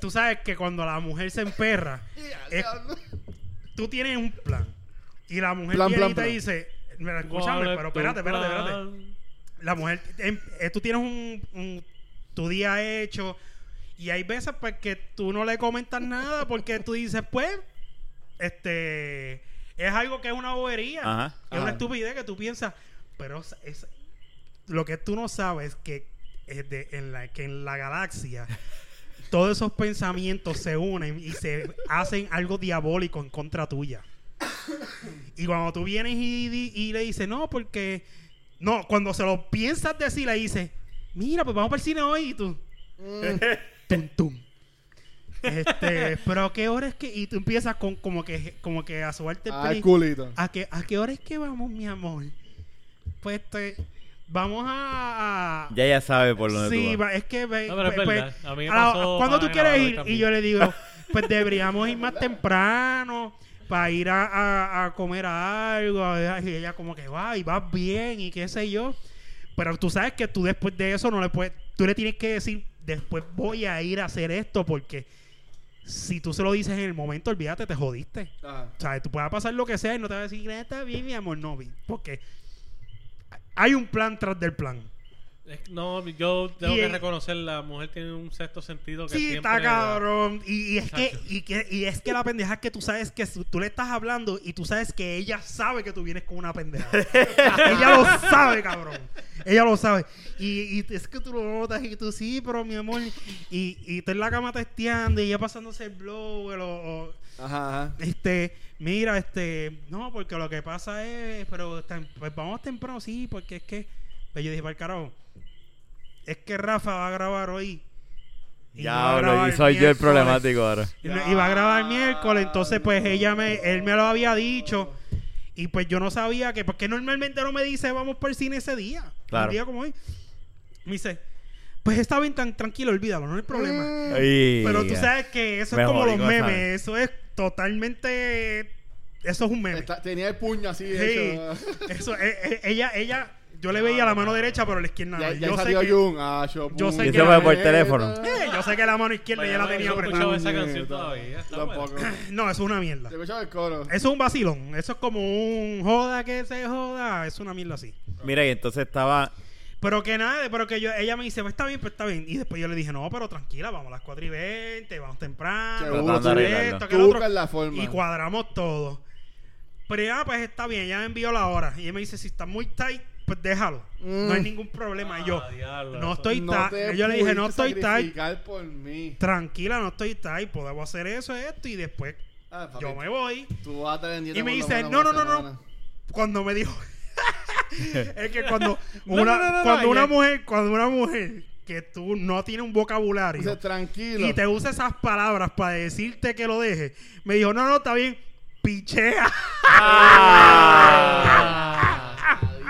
tú sabes que cuando la mujer se emperra, es- tú tienes un plan. Y la mujer Plan, viene plan, y te plan. dice, mira, escúchame, pero espérate, espérate, espérate. La mujer, em, eh, tú tienes un, un- tu día hecho y hay veces pues que tú no le comentas nada porque tú dices, pues, este, es algo que es una bobería, Ajá. es una Ajá. estupidez que tú piensas, pero es, es- lo que tú no sabes es que, es de- en la, que en la galaxia todos esos pensamientos se unen y se hacen algo diabólico en contra tuya. Y cuando tú vienes y, di- y le dices, no, porque. No, cuando se lo piensas decir, le dices, mira, pues vamos para el cine hoy. Y tú, Tum, tum. este, pero ¿qué hora es que.? Y tú empiezas con como que, como que a suerte el Ay, pelín. culito. ¿A qué, ¿A qué hora es que vamos, mi amor? Pues te, vamos a. a- Ya ya sabe por dónde sí, tú vas. va- es que. ve- pues, No, pero es ve- verdad. ve- A mí me ahora, pasó ¿Cuándo con tú la quieres grabadora ir? también. Y yo le digo, pues deberíamos ir más temprano para ir a, a- a comer algo. Y ella, como que va y vas bien y qué sé yo. Pero tú sabes que tú después de eso no le puedes. Tú le tienes que decir, después voy a ir a hacer esto porque si tú se lo dices en el momento, olvídate, te jodiste. Ajá. O sea, tú puedes pasar lo que sea y no te va a decir, "Ah, está bien, mi amor, no, vi", porque hay un plan tras del plan. Es- No, yo tengo Y que el- reconocer, la mujer tiene un sexto sentido que Sí, siempre... está cabrón. Y, y es que, Muchacho. y, que, y es que la pendeja es que tú sabes que su- tú le estás hablando y tú sabes que ella sabe que tú vienes con una pendeja. ella lo sabe, cabrón. Ella lo sabe. Y, y es que tú lo notas y tú sí, pero mi amor. Y, y tú en la cama testeando y ella pasándose el blower o- o Ajá, ajá. este, mira, este, no, porque lo que pasa es, pero tem- pues vamos temprano, sí, porque es que, pues yo dije, para el carajo, es que Rafa va a grabar hoy. Y no va a Ya, bro, grabar y soy yo el miércoles. problemático ahora. Y no- y va a grabar miércoles, entonces pues ella me, él me lo había dicho. Y pues yo no sabía que, porque normalmente no me dice vamos por el cine ese día. Claro. Un día como hoy. Me dice, pues está bien tan tranquilo, olvídalo, no hay problema. Ay, Pero tú ya. sabes que eso Me es como jodí los con esa memes. vez. Eso es totalmente. Eso es un meme. Está- tenía el puño así. Sí. hecho. Eso, eh, eh, ella, ella, yo le veía la mano derecha, pero la izquierda. Ya, no. ya yo, sé salió que, Jun. Ah, yo, yo sé Y que se la- fue por teléfono. Eh, yo sé que la mano izquierda Vaya, ya la no, tenía yo he apretada. escuchado esa canción todavía, está Tampoco. No, eso es una mierda. Yo escuchaba el coro. Eso es un vacilón. Eso es como un joda que se joda. Es una mierda así. Mira, y entonces estaba. Pero que nada, pero que yo, ella me dice, pues está bien, pues está bien. Y después yo le dije, no, pero tranquila, vamos a las 4 y 20, vamos temprano. Seguro, vamos Tratando a de hacer arreglarlo. esto, que Tú lo otro. buscas la forma. Y cuadramos todo. Pero ya, pues está bien, ya me envió la hora. Y ella me dice, si está muy tight, pues déjalo. Mm. No hay ningún problema. Y yo, Ah, diablo, no eso- estoy No te tight. Yo le dije, no pudiste estoy tight. sacrificar por mí. Tranquila, no estoy tight. Podemos hacer eso, esto. Y después Ah, papi, yo me voy. Tú vas a estar en dieta Y me por lo dice, menos no, una no, no, no. semana. Cuando me dijo... es que cuando No, una, no, no, no, cuando no, una ya- mujer, cuando una mujer que tú no tiene un vocabulario. Dice, tranquilo. y te usa esas palabras para decirte que lo deje, me dijo, no, no, está bien, pichea.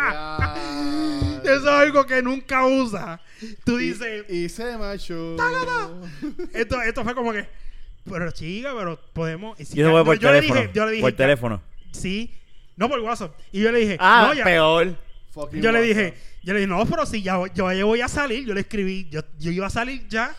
Ah, Eso es algo que nunca usa. Tú Y- dices, Y se macho. esto, esto fue como que, pero chica, pero podemos... y si Yo se ca- fue no, por yo le dije- teléfono. yo le dije, por ca- teléfono. Sí, no por WhatsApp. Y yo le dije, Ah, no, ya- peor. Fucking Yo le WhatsApp. dije, yo le dije, no, pero si ya, voy- yo ya voy a salir, yo le escribí, yo, yo iba a salir ya.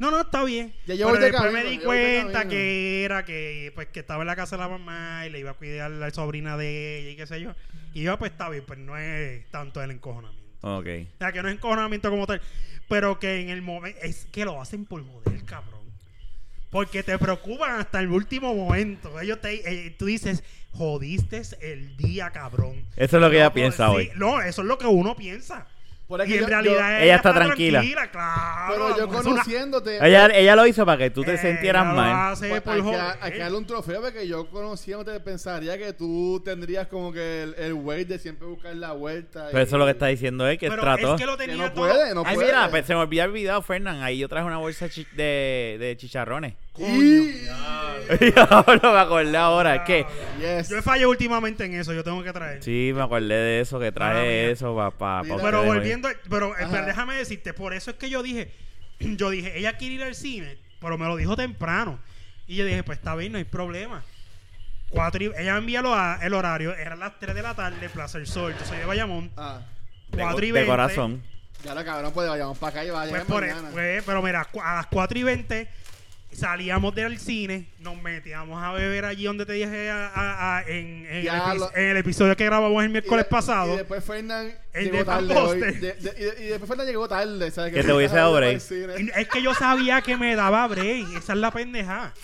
No, no, está bien. Ya yo pero voy de después camino, me di ya voy de cuenta camino. que era que pues que estaba en la casa de la mamá y le iba a cuidar la sobrina de ella y qué sé yo. Y yo, pues está bien, pues no es tanto el encojonamiento. Ok. O sea, que no es encojonamiento como tal, pero que en el momento es que lo hacen por joder, cabrón. Porque te preocupan hasta el último momento. Ellos te, eh, tú dices, jodiste el día, cabrón. Eso es lo que ella Loco, piensa sí, hoy. No, eso es lo que uno piensa. Por eso y que en yo- realidad yo- ella, Ella está tranquila. claro. Pero la yo mujer es una- conociéndote. Ella, ella lo hizo para que tú te Eh, sintieras ella lo mal. hace pues, por hay, que, joder. hay que darle un trofeo porque yo conociéndote pensaría que tú tendrías como que el, el weight de siempre buscar la vuelta. Pero y- eso es lo que está diciendo él, que Pero trató. es que lo Que tenía no todo. puede, no Ay, puede. mira, pues se me olvidó el video, Fernán. Ahí yo traje una bolsa chi- de, de chicharrones. Y- Diablo, me acordé ahora. Es que. Yes. Yo he fallado últimamente en eso, yo tengo que traer. Sí, me acordé de eso, que Mala mía. traje eso para. Pa, Mira. pa Pero ustedes hoy. volviendo, al- pero, eh, Ajá. pero déjame decirte, por eso es que yo dije, yo dije, ella quiere ir al cine, pero me lo dijo temprano. Y yo dije, pues está bien, no hay problema. Cuatro y- ella me envía lo- el horario, eran las 3 de la tarde, Plaza del Sol, yo soy de Bayamón, Ah, De, 4 y de 20. corazón. ya la cabrón, pues vayamos para acá y vaya Pues por mañana. eso, pues, pero mira, cu- a las 4 y 20 Salíamos del cine, nos metíamos a beber allí donde te dije a- a- a- en, en el Ya epi- lo- en el episodio que grabamos el Y de- miércoles pasado. Y después Fernan El llegó de Van tarde hoy. Poster. De- de- y, de- y después Fernan llegó tarde, ¿sabes? Que te hubiese dado break. Y Es que yo sabía que me daba break, esa es la pendeja.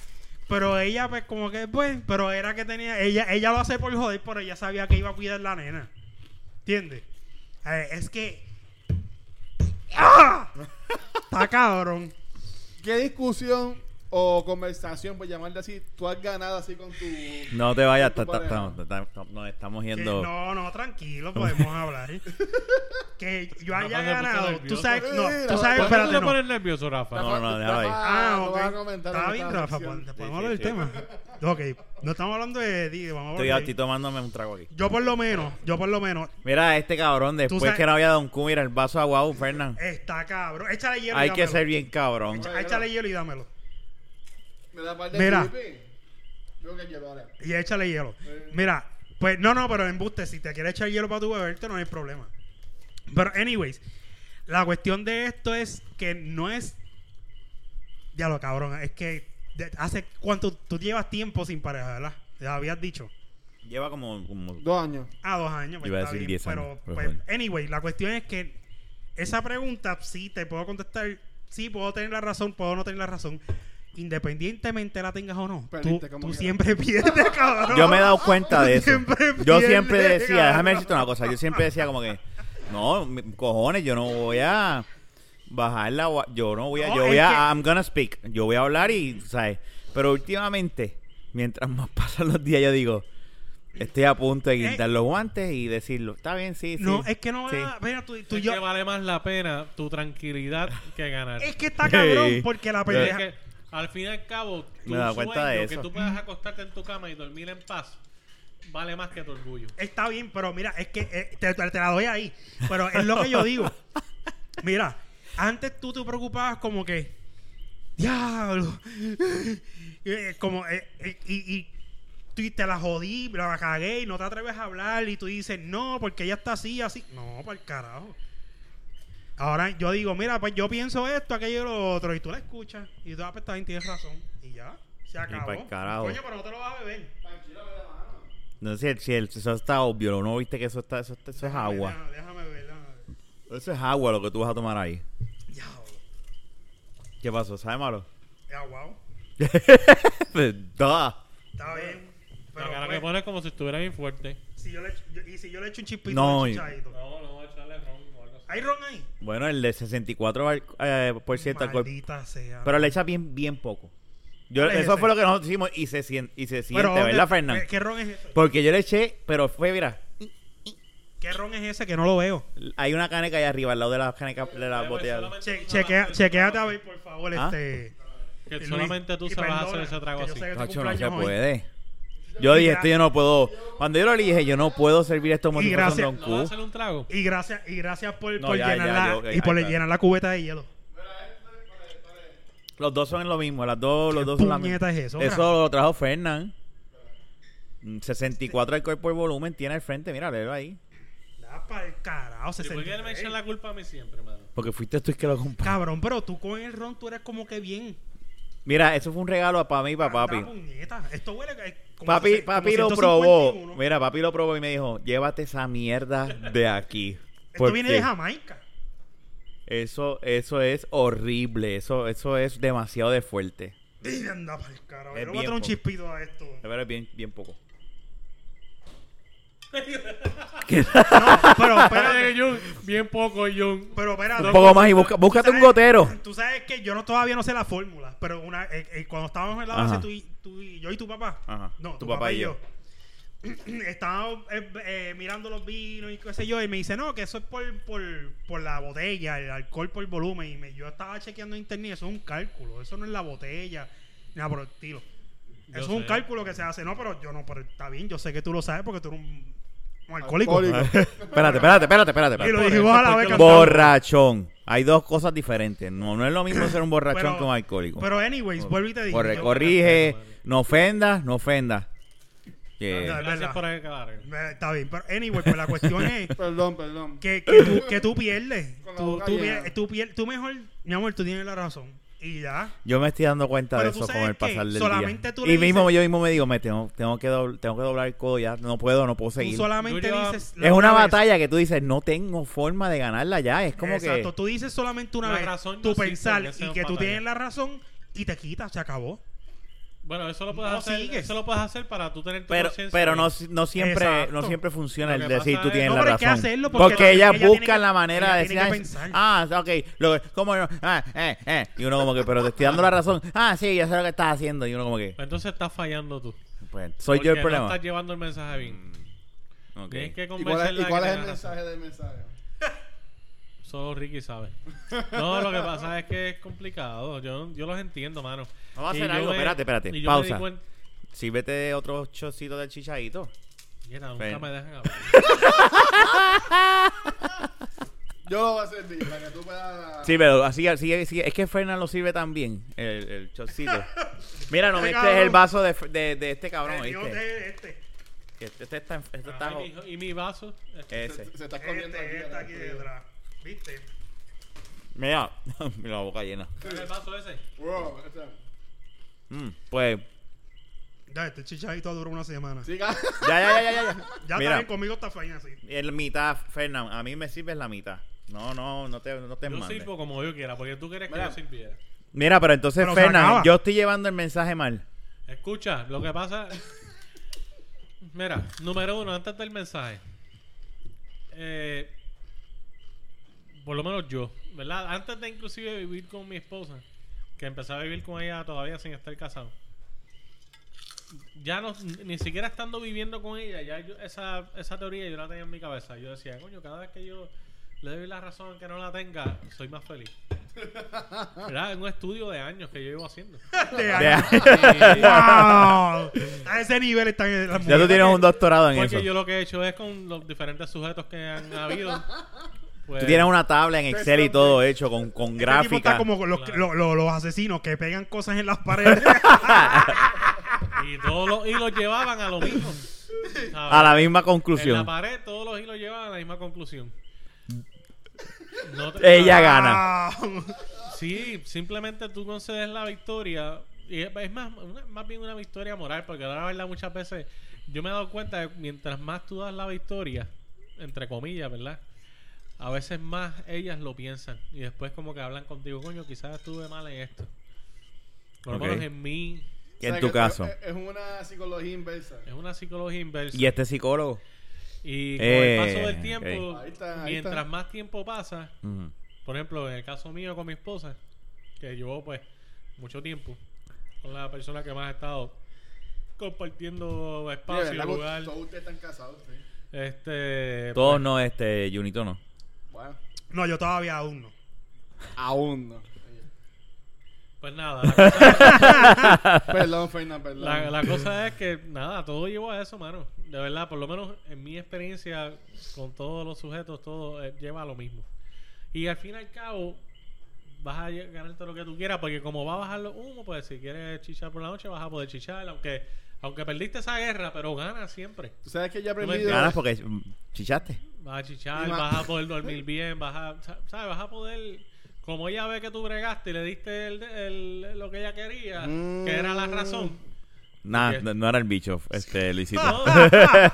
Pero ella, pues, como que, pues, pero era que tenía, ella, ella lo hace por joder, pero ella sabía que iba a cuidar la nena. ¿Entiendes? Eh, es que. ¡Ah! Está cabrón. ¿Qué discusión o conversación, por llamarle así, tú has ganado así con tu... No te vayas, con tu ta- ta- pareja? estamos- ta- ta- nos estamos Que yendo. no, no, tranquilo, podemos hablar. Que yo haya Rafa se puso ganado. Tú nervioso. sabes, no, Sí, tú Rafa, sabes, ¿Por qué tú espérate, te no. pones nervioso, Rafa? No, no, déjalo ahí. Ah, no ok. vas a comentar Está en esta bien, Rafa, pues, podemos sección. Sí, hablar del sí, sí. tema. Ok, no estamos hablando de. de- vamos a hablar Estoy, de- estoy tomándome un trago aquí. Yo por lo menos, yo por lo menos, Mira, este cabrón, después sabes- Eh, que no había Don Q, mira el vaso aguado, Fernan. está cabrón. Échale hielo y Hay dámelo. que ser bien cabrón. Ah, Échale hielo y dámelo. ¿Me da par de Mira. creepy? Yo que quiero, dale. Y échale hielo. Mira, pues no, no, pero embuste. Si te quieres echar hielo para tu beberte, no hay problema. Pero, anyways, la cuestión de esto es que no es. Ya lo cabrón, es que de- hace cuánto tú llevas tiempo sin pareja, ¿verdad? Ya habías dicho. Lleva como, como- Dos años. Ah, dos años. pues, Iba a está decir bien, diez pero, años, pero pues, bueno. anyway, la cuestión es que esa pregunta sí te puedo contestar. Sí, puedo tener la razón, puedo no tener la razón. Independientemente la tengas o no, tú, Perdiste como tú quiera. siempre pierdes, cabrón. Yo me he dado cuenta de eso. Siempre Yo pierde, siempre decía, cabrón. déjame decirte una cosa, yo siempre decía como que, no, mi- cojones, yo no voy a bajar la, gua- yo no voy a, No, yo voy es a, que- I'm gonna speak, yo voy a hablar y, ¿sabes? Pero últimamente, mientras más pasan los días, yo digo, estoy a punto de Eh. quitar los guantes y decirlo, está bien, sí, sí. No, es que no me sí. da- mira, tú, tú Es y yo- que vale más la pena tu tranquilidad que ganar. Es que está cabrón Sí. porque la Es Porque pendeja. al fin y al cabo, tu Me he dado cuenta sueño, de eso. que tú puedas acostarte en tu cama y dormir en paz, vale más que tu orgullo. Está bien, pero mira, es que eh, te, te- te la doy ahí. Pero es lo que yo digo. Mira, antes tú te preocupabas como que. Diablo. Eh, como, eh, eh, y, y tú y te la jodí, la cagué y no te atreves a hablar. Y tú dices, no, porque ella está así, así. No, para el carajo. Ahora yo digo, mira, pues yo pienso esto, aquello y lo otro. Y tú la escuchas. Y tú, ah, pues también tienes razón. Y ya. Se acabó. pa'l carajo. Coño, pero no te lo vas a beber. No sé si, el- si eso está obvio, ¿no viste que eso está, eso, está- eso es agua? Déjame, déjame ver, déjame ver. Eso es agua lo que tú vas a tomar ahí. Diablo. ¿Qué pasó? ¿Sabe malo? Ya, Ah, wow. Duh. Está bien. Pero la cara pues, que pones como si estuviera bien fuerte. si yo le, echo- yo- y si yo le echo un chispito No, de y- chichadito. No, no, echarle ron o algo así. ¿Hay ron ahí? Bueno, el de 64 al- eh, por ciento alcohol. Maldita sea. Pero le echa bien, bien poco. Yo, ¿Cuál es eso ese? fue lo que nosotros hicimos y se siente, y se siente Pero, ¿dónde- ¿verdad, Fernán? ¿qué, qué ron es ese? Porque yo le eché, pero fue, mira, ¿Qué ron es ese que no lo veo? hay una caneca ahí arriba, al lado de la caneca de la Pero botella. solamente Che, tú chequea, sabes- chequeate a ver, por favor, ¿Ah? este... Que Luis, solamente tú y sabes hacer perdona, ese trago que yo así. sé que tu Cacho, no se cumpleaños hoy. puede. Yo dije, esto yo no puedo. Cuando yo lo dije, yo no puedo servir esto como Y si fuese un gracias. Don ¿No vas a Q. hacer un trago? Y gracias, y gracias por, No, por ya, llenar, ya, la, yo- ok, y por ahí está. llenar la cubeta de hielo. Los dos son lo mismo, las dos, los ¿Qué dos son la misma. puñeta es eso, Eso lo trajo Fernán. Mm, 64 alcohol por volumen tiene al frente, mira, léelo ahí. Da pa'l carajo, ¿Y por qué me 63. echan la culpa a mí siempre, mano? Porque fuiste tú el que lo compró. Cabrón, pero tú con el ron tú eres como que bien. Mira, eso fue un regalo para mí y para Anda, Ah, papi. puñeta. Esto huele a- como Papi, sesen- papi como lo probó. 151. Mira, papi lo probó y me dijo, llévate esa mierda de aquí. Esto Porque viene de Jamaica. Eso, eso es horrible. Eso, eso es demasiado de fuerte. Y anda pa'l carajo. Es Yo le voy a bien traer un poco. chispito a esto. De verdad, bien, bien poco. No, pero Espérate, espérate. Jun, bien poco, Jun. pero espérate. Un poco más y busca- búscate ¿Tú un sabes- gotero. Tú sabes que yo no todavía no sé la fórmula, pero una eh, eh, cuando estábamos en la base Ajá. tú y, tú y- yo y tu papá. Ajá. No, Tu papá y yo. estábamos eh, eh, mirando los vinos y qué sé yo y me dice, "No, que eso es por, por, por la botella, el alcohol por volumen." Y me- yo estaba chequeando en internet, eso es un cálculo, eso no es la botella, nada por el estilo. Yo eso es un sé. cálculo que se hace, no, pero yo no, pero está bien, yo sé que tú lo sabes porque tú eres un, un alcohólico. Alcohólico. espérate, espérate, espérate, espérate. Y lo espérate. dijimos a la vez cantando. Borrachón. Hay dos cosas diferentes. No, no es lo mismo ser un borrachón que un alcohólico. Pero, anyways, vuelvo y te digo. Corre, yo- corrige, no ofendas, no ofendas. Que- No, no, Gracias verdad. por aclarar. Eh, Está bien, pero, anyway, pues la cuestión es Perdón, perdón. que, que, tú, que tú pierdes. Con la Tú, boca tú llena. pier- tú pier- tú mejor, mi amor, tú tienes la razón. Y ya. Yo me estoy dando cuenta Pero de tú eso con sabes el que pasar del solamente día. tú le Y mismo dices- yo mismo me digo, me tengo, tengo que dobl- tengo que doblar el codo ya, no puedo, no puedo Tú seguir. solamente Yo llevaba- dices. la Es una vez. batalla que tú dices, no tengo forma de ganarla ya, es como Exacto, que tú dices solamente una La vez razón no tu existe, pensar que sea y un que tú batalla. tienes la razón y te quitas, se acabó. Bueno, eso lo puedes No hacer. sigues. Eso lo puedes hacer para tú tener tu pero conciencia Pues pero de- no, no siempre Exacto. no siempre funciona Lo el que decir pasa tú es- tienes No, la pero hay que razón hacerlo porque, porque ellas ella tiene buscan que- la manera ella de decir tiene que "Ah, pensar". ah ok lo, cómo no? ah, eh, eh. y uno como que pero te estoy dando la razón ah sí ya sé lo que estás haciendo y uno como que Entonces estás fallando tú. pues, soy yo Porque el no problema Mm, estás llevando el mensaje bien. Ok. Tienes que ¿Y cuál es, convencerla y de cuál que es tenga el razón. mensaje del mensaje? Solo Ricky sabe. No, lo que pasa es que es complicado. Yo, yo los entiendo, mano. Vamos Y a hacer yo algo, me- espérate, espérate, y yo me pausa. di cuenta- Sírvete de otro chocito del chichadito. Mierda, nunca Ven. me dejan hablar. Yo lo voy a hacer, Dí, para que tú puedas... Sí, pero así, así, así- es que Fernan lo sirve también, el, el chocito. Mira, no Este mezcles el cabrón. vaso de, de, de este cabrón, Eh, yo ¿viste? de este, Que Este, este está, este está Ay, jo- mijo, y mi vaso. eh, Se, ese. se está escondiendo este, este atrás, aquí tío. detrás. ¿Viste? Mira, mira la boca llena. ¿Cuál es el vaso ese? Bro, o sea, Mm, pues, Ya, este chichadito dura una semana. sí, ca- ya, ya, ya, ya, ya. Ya está mira, bien, conmigo está fine así. el mitad, Fernan, a mí me sirve la mitad. No, no, no te, no te Yo mandes. sirvo como yo quiera, porque tú quieres que Mira. yo sirviera. Mira, pero entonces, Pero se Fernan, acaba. yo estoy llevando el mensaje mal. Escucha, lo que pasa. Mira, número uno, antes del mensaje. Eh, por lo menos yo, ¿verdad? Antes de inclusive vivir con mi esposa, que empecé a vivir con ella todavía sin estar casado. Ya no, ni siquiera estando viviendo con ella, ya yo- esa, esa teoría yo la tenía en mi cabeza. Yo decía, coño, cada vez que yo le doy la razón que no la tenga, soy más feliz. Era un estudio de años que yo llevo haciendo. De ahí. Ya, ¡Wow! A ese nivel están las ya tú mujeres. tienes un doctorado en Porque eso. yo lo que he hecho es con los diferentes sujetos que han habido. pues, Tú tienes una tabla en Excel y todo hecho con, con Este tipo gráfica. está como los, Claro. los- los- los asesinos que pegan cosas en las paredes. Y todos los hilos llevaban a lo mismo. ¿sabes? A la misma En la conclusión. pared todos los hilos llevaban a la misma conclusión. No te- Ah, Ella gana. Wow. Sí, simplemente tú concedes la victoria. Y es- es más, una- más bien una victoria moral, porque ahora la verdad muchas veces yo me he dado cuenta de que mientras más tú das la victoria, entre comillas, ¿verdad? A veces más ellas lo piensan y después como que hablan contigo, coño, quizás estuve mal en esto. Por lo Ok. menos en mí Que o sea, En tu que caso. Es, es una psicología inversa. es una psicología inversa. Eh, Y este psicólogo. Y con Eh, el paso del ok. tiempo, Ahí está, ahí mientras está. más tiempo pasa, Ujú. Por ejemplo, en el caso mío con mi esposa, que llevo pues mucho tiempo con la persona que más ha estado compartiendo Mira, espacio, ¿verdad? lugar. Todos ustedes están casados, sí. Este, Todos no, este, Junito no. Bueno, No, yo todavía aún no. aún no. pues nada, la cosa, Perdón, Fernan, perdón. la- la cosa es que nada, todo llevó a eso, mano. De verdad, por lo menos en mi experiencia con todos los sujetos, todo eh, lleva a lo mismo. Y al fin y al cabo, vas a lle- ganarte lo que tú quieras, porque como va a bajar los humos, pues si quieres chichar por la noche, vas a poder chichar, aunque, aunque perdiste esa guerra, pero ganas siempre. Tú sabes que yo he me aprendido... Ganas porque mm, chichaste. Vas a chichar, Y ma- vas a poder dormir bien, vas a, sa- ¿sabes? Vas a poder, como ella ve que tú bregaste y le diste el- el- lo que ella quería, Mm. que era la razón. Nah, Ok. no, no era el bicho, este, Luisito. Ah. No, no,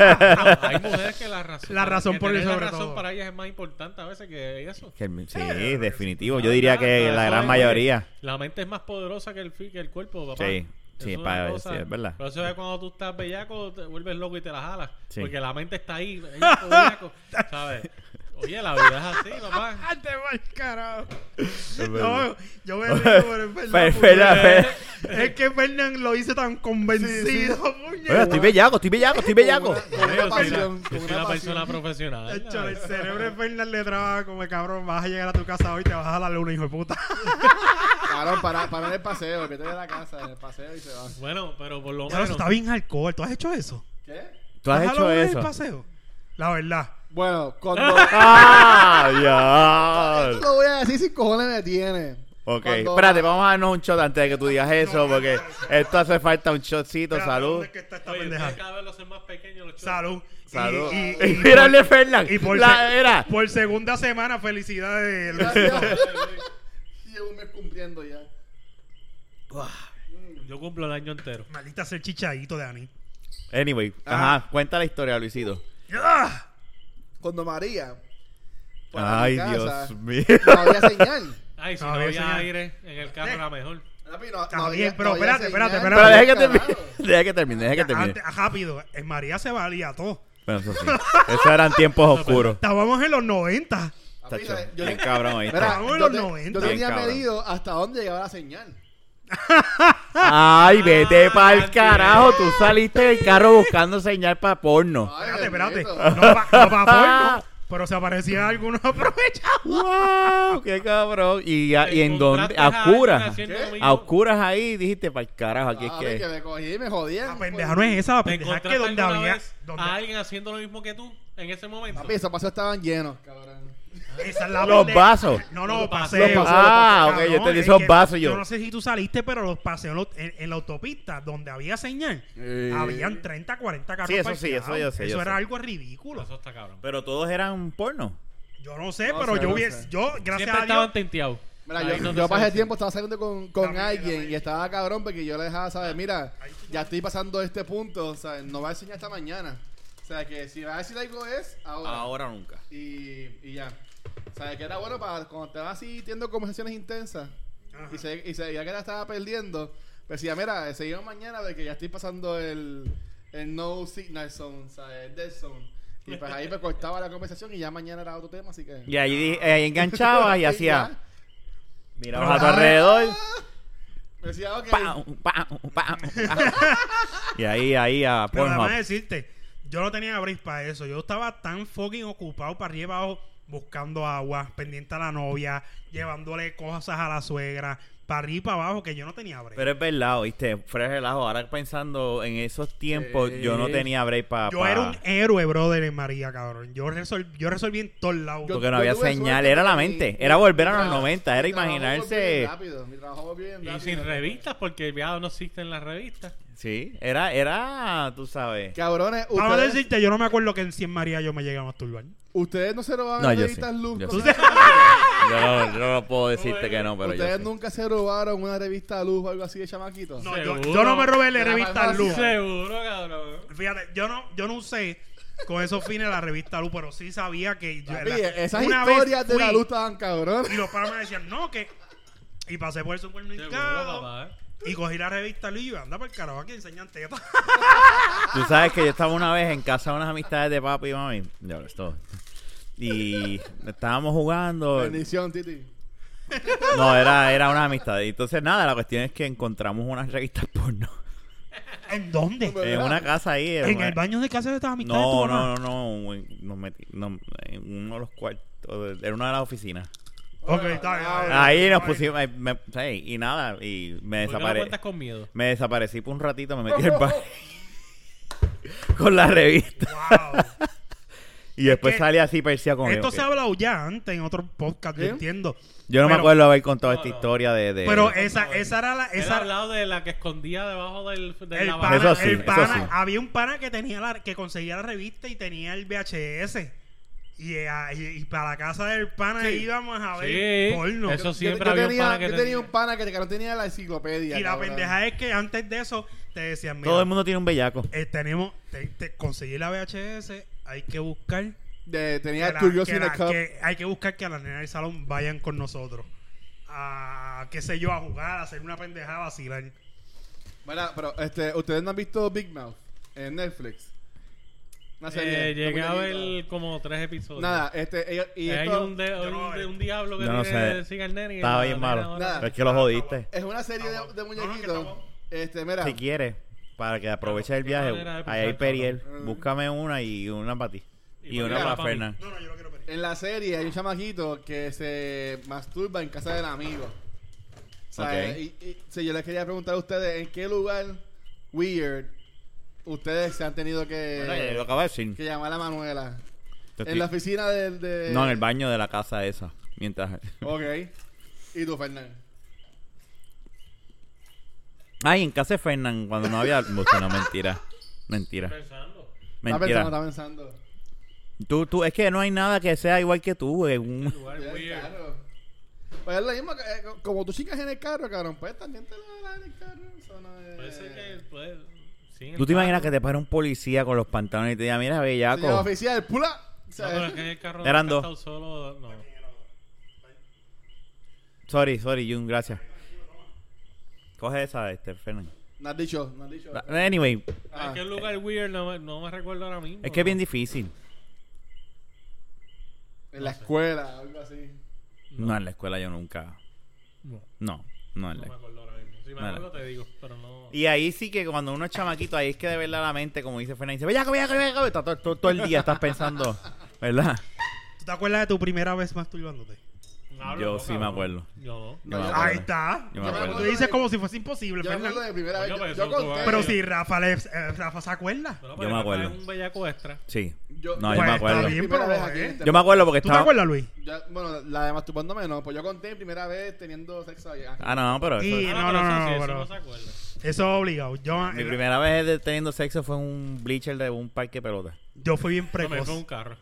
hay mujeres que la razón, La razón que por tener eso la sobre razón todo. para ellas es más importante a veces que eso. Que el- Sí, definitivo. Yo diría que Claro, la eso gran es- mayoría. La mente es más poderosa que el, fi- que el cuerpo, papá. Sí, Eso sí, es una para- cosa- sí, es verdad. Por eso es cuando tú estás bellaco, te vuelves loco y te la jalas. Sí. Porque la mente está ahí, bellaco, bellaco, ¿sabes? Oye, la vida es así, papá. Ah, te va el carajo. verdad. Pues, No, yo me río, pero es verdad. Fer- Fernan, Fer- puñeta. Es que Fernan lo hice tan convencido, Oye, puñeta. estoy bellaco, estoy bellaco, estoy bellaco. Con Yo una, soy con una- una pasión. yo Con una soy una, persona pasión. profesional. Hecho, el cerebro de Fernan le traba como cabrón. Vas a llegar a tu casa hoy y te vas a la luna, hijo de puta. Claro, para, para en el paseo, que te de la casa, en el paseo y se va. Bueno, pero por lo Ya, eso menos. pues, está bien alcohol. ¿Tú has hecho eso? ¿Qué? ¿Tú ¿Vas a has la hecho luna en el eso? paseo? La verdad. Bueno, cuando... ¡Ah, Esto ya! lo voy a decir sin cojones me tiene. Ok, Cuando- espérate, vamos a darnos un shot antes de que tú digas eso, porque esto hace falta un shotcito, Espérate, salud. ¿dónde es que está esta Oye, pendeja? ustedes cada vez lo hacen más pequeños los chicos. Salud. Y- Salud. Y, y- y Mírale, Fernan. y por, La- se- era. por segunda semana, felicidades. Gracias. Llevo un mes cumpliendo ya. Yo cumplo el año entero. Maldita ser chichadito, Dani. Anyway, Ah. ajá, cuenta la historia, Luisito. ¡Ah! Cuando María. fue a mi Ay, casa, Dios mío. No había señal. Ay, si no, A ver, había señor. aire en el Eh, carro, era mejor. Papi, no- no Está había- bien, pero no había espérate, señal. espérate, espérate. Pero deja que Carajo. termine, deja que termine, deja que Ya, termine. antes- ah, rápido, en María se valía todo. Bueno, eso sí. Esos eran tiempos oscuros. Estábamos en los 90. Papi, Tacho, ¿sabes? Yo- bien cabrón ahí. Mira, Estábamos en yo los te- 90. Yo tenía Bien, cabrón. medido hasta dónde llegaba la señal. Ay, vete Ah, pa'l tío. carajo. Tú saliste del carro buscando señal para porno. Ay, Espérate, espérate. bendito. No va no pa' porno, pero se aparecían algunos aprovechados. ¡Wow! ¡Qué cabrón! ¿Y, a- y en dónde? Encontraste A alguien oscuras. haciendo ¿Qué? lo mismo. A oscuras ahí dijiste pa'l carajo. Aquí es Papi, que que. me cogí y me jodían. La pendeja no es esa, la ¿Te pendeja es que encontraste donde alguna había. vez Ah, donde- a alguien haciendo lo mismo que tú en ese momento? Papi, esos pasos estaban llenos, cabrón. esa es la Los pendeja. vasos. No, no, Los paseos. paseos, los paseos. Ah, ok, Cabrón, yo te di es esos que vasos yo. no sé si tú saliste, pero los paseos lo- en, en la autopista donde había señal, Eh. habían 30, 40 carros. Sí, eso sí, parqueados. eso yo sé, yo era sé. algo ridículo. Eso está cabrón. Pero todos eran porno. Yo no sé, No pero sé, yo no hubiese. sé. Yo, gracias Siempre a Dios. estaban tinteados. Mira, Ahí yo, no yo se pasé sabe. tiempo, estaba saliendo con, con También, alguien también. y estaba cabrón porque yo le dejaba saber, mira, ya estoy pasando este punto, o sea, no va a enseñar hasta mañana. O sea, que si va a decir algo es ahora. nunca. Y, y ya. O sea, que era bueno para cuando te vas así teniendo conversaciones intensas Ajá. y, se, y se- ya que la estaba perdiendo, pues decía, mira, seguimos mañana porque ya estoy pasando el, el no signal zone, o sea, el dead zone. Y pues ahí me cortaba la conversación y ya mañana era otro tema, así que... Y ahí, di- ahí enganchabas y hacía. ya. Mirabas a tu alrededor. Me decía, ok. ¡pam, pam, pam, pam! Y ahí, ahí a Pero además Pornhub. decirte, yo no tenía abrir para eso. Yo estaba tan fucking ocupado para arriba y abajo buscando agua, pendiente a la novia, llevándole cosas a la suegra, para arriba y para abajo, que yo no tenía break. Pero es verdad, oíste, fuera de relajo. Ahora pensando en esos tiempos, yo no Sí. tenía break para. yo era un héroe, brother, en María, cabrón. Yo, resol- yo resolví en todos lados. Porque Yo no había tuve señal, suerte era la porque mi- mente, mi era volver a los trabajo- 90, era mi trabajo volvió imaginarse. bien rápido, mi trabajo volvió bien Y rápido. sin revistas, porque ya no existen las revistas. Sí, era, era, tú sabes. Cabrones, Vamos a ustedes, decirte, yo no me acuerdo que en 100 María yo me llegué a masturbar. ustedes no se robaban No, yo revistas sí, Luz. yo con sí. esa madre. Yo no, yo no puedo decirte que no, pero yo. ustedes sí. nunca se robaron una revista Luz o algo así de chamaquitos. No, yo, Seguro. yo no me robé la De la revista farmacia. Luz. Seguro, cabrón. Fíjate, yo no, yo no usé con esos fines la revista Luz, pero sí sabía que yo, Papi, la- esas una vez historias de la fui Luz estaban cabrón. Y los padres me decían, no, que. Y pasé por el Seguro, supermercado papá. ¿eh? y cogí la revista Luis y anda por el carajo aquí enseñan tetas. Tú sabes que yo estaba una vez en casa de unas amistades de papi y mami. Ya, esto. Y estábamos jugando. Bendición, Titi. No, era, era una amistad. Y entonces, nada, la cuestión es que encontramos unas revistas porno. ¿En Pues dónde? En una casa ahí. En una- el baño de casa de estas amistades. de No, tu mamá? no, no, no, en- Nos metí, no, en uno de los cuartos. En una de las oficinas. Ok, está bien. está bien. Ahí nos pusimos. ahí me- sí, y nada, y ¿Por qué me no lo desaparecí. cuentas con miedo? Me desaparecí por un ratito, me metí al baño con la revista. Wow. Y después que salí así persia con Esto él. se ha hablado ya antes en otro podcast, yo ¿Sí? entiendo. Yo no me pero- acuerdo haber contado No, esta no. historia de. de- Pero eh, de- esa, esa era la. Él Esa, ha hablado de la que escondía debajo del, de el la pana, Eso sí, el eso pana- sí. había un pana que tenía la, que conseguía la revista y tenía el VHS. Y, eh, y- y para la casa del pana Sí. íbamos a ver Sí, porno. eso Yo, yo siempre había un pana tenía, que yo tenía un pana que, que no tenía la enciclopedia. Y la cabrón. pendeja es que antes de eso te decían, mira, Todo el mundo tiene un bellaco. eh, tenemos, te, te- conseguí la VHS, hay que buscar De- tenía que el la- Curious que in a la- Cup. que- hay que buscar que a las nenas del salón vayan con nosotros. A, qué sé yo, a jugar, a hacer una pendejada, a vacilar. Mira, pero este, ustedes no han visto Big Mouth en Netflix. Una serie. Eh, llegué una a muñequita. ver como tres episodios. Nada, este. ellos- y Hay esto- un, de- yo no un- lo vi. un diablo que Yo no tiene sé. cigarneri. Estaba bien malo. Nada. Es que lo jodiste. Es una serie de, de No, no, que muñequitos. estamos- este, mira. Si quieres, para que aproveches el qué viaje, manera de pensar, ahí hay Periel. cabrón. Búscame una y una para ti. Y Y pues porque una era para pa' mí. Fernan. No, no, yo no quiero pedir. En la serie hay un chamaquito que se masturba en casa del amigo. O sea, Ok. y, y- sí, yo les quería preguntar a ustedes, ¿en qué lugar weird ustedes se han tenido Bueno, ya lo que, acabo de decir. que llamar a Manuela? Te estoy- En la eh, oficina del... De... No, en el baño de la casa esa. Mientras. Ok. ¿Y tú, Fernán? Ay, en casa de Fernan, cuando no había. No, no, mentira. Mentira. Pensando. Está pensando, Mentira. está pensando. Tú, tú, es que no hay nada que sea igual que tú. eh, un- Lugar Pues weird. es lo mismo, que, eh, co- como tú chicas en el carro, cabrón, pues también te lo la dale, cabrón. Eso no es- Puede ser que. Puede, sí, en ¿Tú el te imaginas que carro. te para un policía con los pantalones y te diga, mira, Señor bellaco? oficial, pula. O sea, No, pero es que en el carro nunca Eran he dos. estado solo. No. Sorry, sorry, Jun, gracias. Coge esa, este, Fernan. No has dicho, no has dicho. Anyway, Ah, ¿En qué lugar weird? No, me- no me recuerdo ahora mismo. es que es bien difícil. en la escuela, algo así. No, en la escuela yo nunca. No, No, no en no la me acuerdo ahora mismo. Si me Vale. acuerdo, te digo. Pero no. Y ahí sí que cuando uno es chamaquito, ahí es que de verdad la mente, como dice Fernández, dice, bellaco, bellaco, bellaco, está todo, todo- todo el día estás pensando, ¿verdad? ¿Tú te acuerdas de tu primera vez masturbándote? Hablo, Yo no, sí me cabrón. acuerdo. Yo no. No, me yo- acuerdo. Ahí está. Yo me Tú acuerdo. dices como si fuese imposible, Yo me acuerdo Fernan. de primera vez. Coño, Yo, pero yo eso tú conté. vas- Pero si Rafa, le- eh, Rafa se acuerda. Pero, Yo pero me me acuerdo. acuerdo. un bellaco extra. Sí. Yo, No, yo me Pues, acuerdo. Está bien, pero Primera vez lo aquí en es. este Yo me eh. acuerdo porque ¿Tú te estaba... acuerdas, Luis? Ya, bueno, la de masturbándome no, pues yo conté primera vez teniendo sexo allá. Ah, no, pero eso- Y- Ah, no, pero no, eso no, sí, eso pero- no se acuerda. Eso obligado. Yo, mi eh, primera vez de- teniendo sexo fue en un bleacher de un parque de pelota. yo fui bien No, me precoz. fue un carro.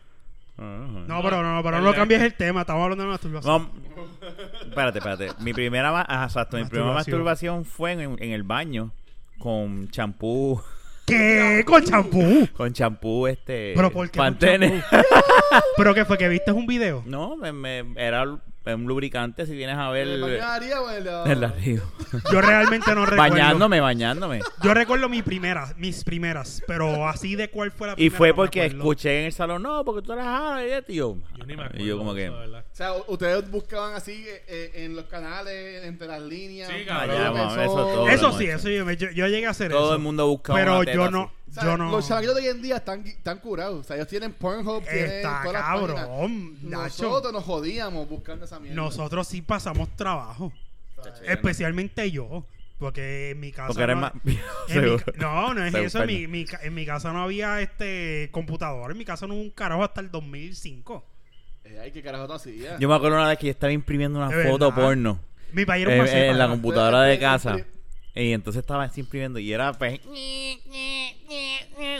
No, pero no, pero no ¿Verdad? cambies el tema. Estamos hablando de masturbación. No, espérate, espérate. Mi primera, ma- ajá, exacto, mi primera Masturbación. masturbación fue en, en el baño con champú, ¿Qué? Con champú. con champú este, Pero ¿por qué con Pantene. champú? ¿Pero qué fue? ¿Que viste un video? No, me, me- era un lubricante si vienes a ver ¿En el baño de María o en la- el de arriba. Yo realmente no recuerdo. bañándome, bañándome. Yo recuerdo mis primeras, mis primeras, pero así de cuál fue la Y primera. fue no me porque acuerdo. escuché en el salón, no, porque tú eres jala y este", y yo, Yo ni me y acuerdo. yo como de que, eso, de verdad. O sea, u- ustedes buscaban así eh, eh, en los canales, entre las líneas. Sí, para cabrón. ver Ah, ya, vamos, lo que eso son. todo. Eso Hola, sí, macho. eso yo, yo- yo llegué a hacer eso. Todo el mundo buscaba Pero una yo teta no, así. O sea, yo no. Los chamaquitos de hoy en día están, están curados. O sea, ellos tienen Pornhub, tienen Está todas las páginas. cabrón, Nacho. Nosotros nos jodíamos buscando esa mierda. Nosotros sí pasamos trabajo, especialmente yo, porque en mi casa. Porque eres no, más... en mi Seguro. ca- no, no es Seguro, eso. En mi, Fernan. mi ca- en mi casa no había este computador. En mi casa no hubo un carajo hasta el 2005. Eh, ay, qué carajo tú hacías. Yo me acuerdo una vez que yo estaba imprimiendo una De foto verdad. porno Mi país era eh, un eh, en la maceta. computadora de Pero- casa. pero- Y entonces estaba así imprimiendo y era pues,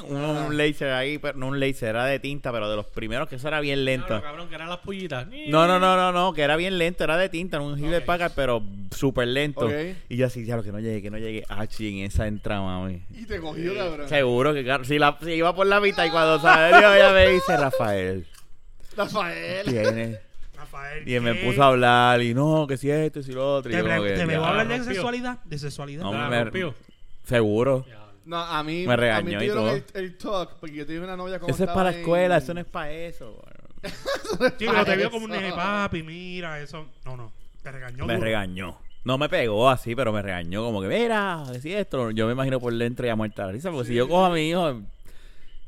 un, un laser ahí, pero no un laser, era de tinta, pero de los primeros que eso era bien lento. Claro, cabrón, que eran las pullitas. No, no, no, no, no, que era bien lento, era de tinta, era un Hewlett Ok. Packard, pero súper lento. Ok. Y yo así, ya lo que no llegué, que no llegué. Ah, chi, en esa entra, mami. Y te cogió, cabrón. Seguro Eh, que claro, si, la, si iba por la mitad y cuando salió, ella me dice, Rafael, Rafael. tienes. Rafael, Y él me ¿qué? puso a hablar, y no, que si esto, y si lo otro. y Te, yo me- como que, te me voy a "Ya, hablar de rompió". sexualidad. De sexualidad. No, La me- rompió. Seguro. Diablo. No, a mí Me regañó a y mí pidieron todo. El, el talk, porque yo tenía una novia como Eso es para la escuela, eso no es para eso. Sí, pero te vio como un nene, papi, mira, eso. No, no. Te regañó. Me duro. regañó. No me pegó así, pero me regañó como que, mira, que si esto. Yo me imagino por dentro y a muerta la risa, porque si yo cojo a mi hijo,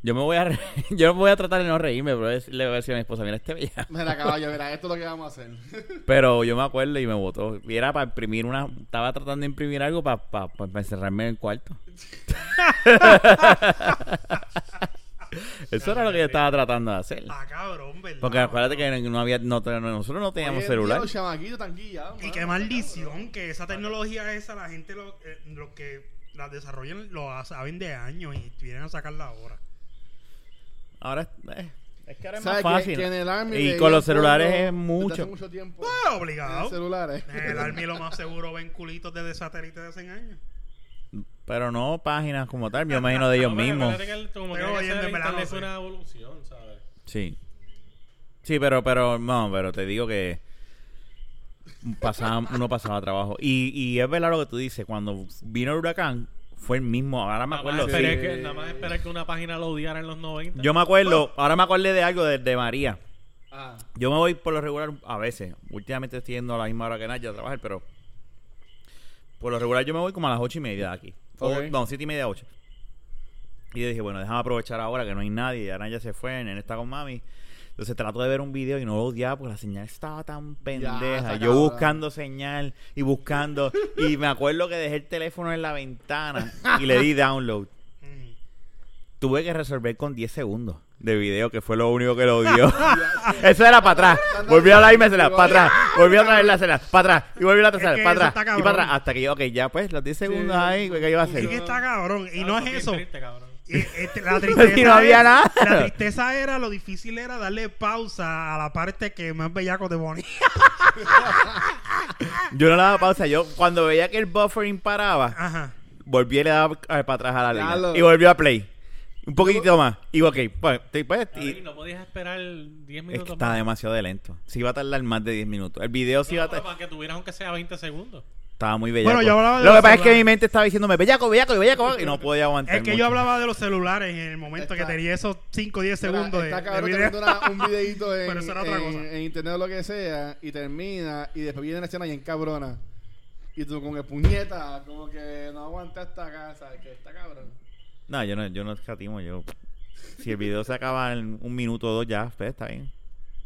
yo me voy a re- yo voy a tratar de no reírme, pero es- le voy a decir a mi esposa, mira este bella. Mira, caballo, mira, esto es lo que vamos a hacer. Pero yo me acuerdo y me botó. Y era para imprimir una, estaba tratando de imprimir algo para pa, pa- pa encerrarme en el cuarto. Eso era lo que yo estaba tratando de hacer. Ah, cabrón, ¿verdad? Porque acuérdate que no había, no, nosotros Hoy no en teníamos día celular. Los chamaquitos tan guillados, Y mano. qué maldición que esa tecnología esa, la gente, lo, eh, los que la desarrollan, lo ha- saben de años y vienen a sacarla ahora. Ahora eh, es que ahora es más ¿Sabes fácil. que, que en el Army y veía con los porno celulares es desde hace mucho. mucho tiempo. Ah, En los obligado. Eh, celulares. El Army lo más seguro ven culitos desde satélite de hace años. Pero no páginas como tal, yo imagino de ellos No, pero mismos. acuérdate que el- como que Pero hay que oyendo, hacer en verdad, no internet sé. una evolución, ¿sabes? Sí. Sí, pero pero no, pero te digo que pasaba, uno pasaba trabajo y, y es verdad lo que tú dices, cuando vino el huracán fue el mismo, ahora me Nada más acuerdo. sí. esperé que- nada más esperé que una página lo odiara en los 90. Yo me acuerdo, ahora me acordé de algo de, de María. Ah, Yo me voy por lo regular a veces. Últimamente estoy yendo a la misma hora que Nadia a trabajar, pero por lo regular yo me voy como a las ocho y media de aquí. O- Ok. no, siete y media, ocho. Y yo dije, bueno, déjame aprovechar ahora que no hay nadie. Ya Nadia se fue, Nene está con mami. Entonces trato de ver un video y no lo odiaba porque la señal estaba tan pendeja. está yo cabrón. buscando señal y buscando. y me acuerdo que dejé el teléfono en la ventana y le di download. Mm. Tuve que resolver con 10 segundos de video, que fue lo único que lo dio. Eso era para atrás. Volví a la mesela, para atrás. Volví a traer la cena, para atrás. Y volví a Es traer, que para eso atrás. está Y cabrón. para atrás. Hasta que yo, ok, ya pues, los 10 segundos ahí, ¿qué iba a Es hacer? que está cabrón. Y Ah, no eso es bien eso. triste, cabrón. eh, eh, la tristeza Si no había era- nada. La tristeza era, lo difícil era darle pausa a la parte que más bellaco te ponía. Yo no le daba pausa. Yo, cuando veía que el buffering paraba, Ajá. volví y le daba eh, para atrás a la línea. Claro. Y volvió a play. Un poquitito más. Y ok, pues, te- pues, y- Cabrón, y no podías esperar 10 es minutos que está más. demasiado de lento. Si iba a tardar más de 10 minutos. El video sí No, iba a pero tardar. para que tuvieras aunque sea 20 segundos. Estaba muy bellaco. Bueno, yo hablaba de Lo los que pasa es que celulares. mi mente estaba diciéndome bellaco, bellaco, bellaco. Y no podía aguantar. Es que mucho. yo hablaba de los celulares en el momento Está- que tenía esos 5 o 10 Mira, segundos de, está de cabrón video. teniendo una- un videito en, Pero eso era otra en- cosa. en internet o lo que sea y termina y después viene la escena y encabrona. Y tú con el puñeta, como que no aguanta hasta acá, ¿sabes? Que está cabrón. No, yo no, yo no escatimo, yo. Si el video se acaba en un minuto o dos ya, pues está bien.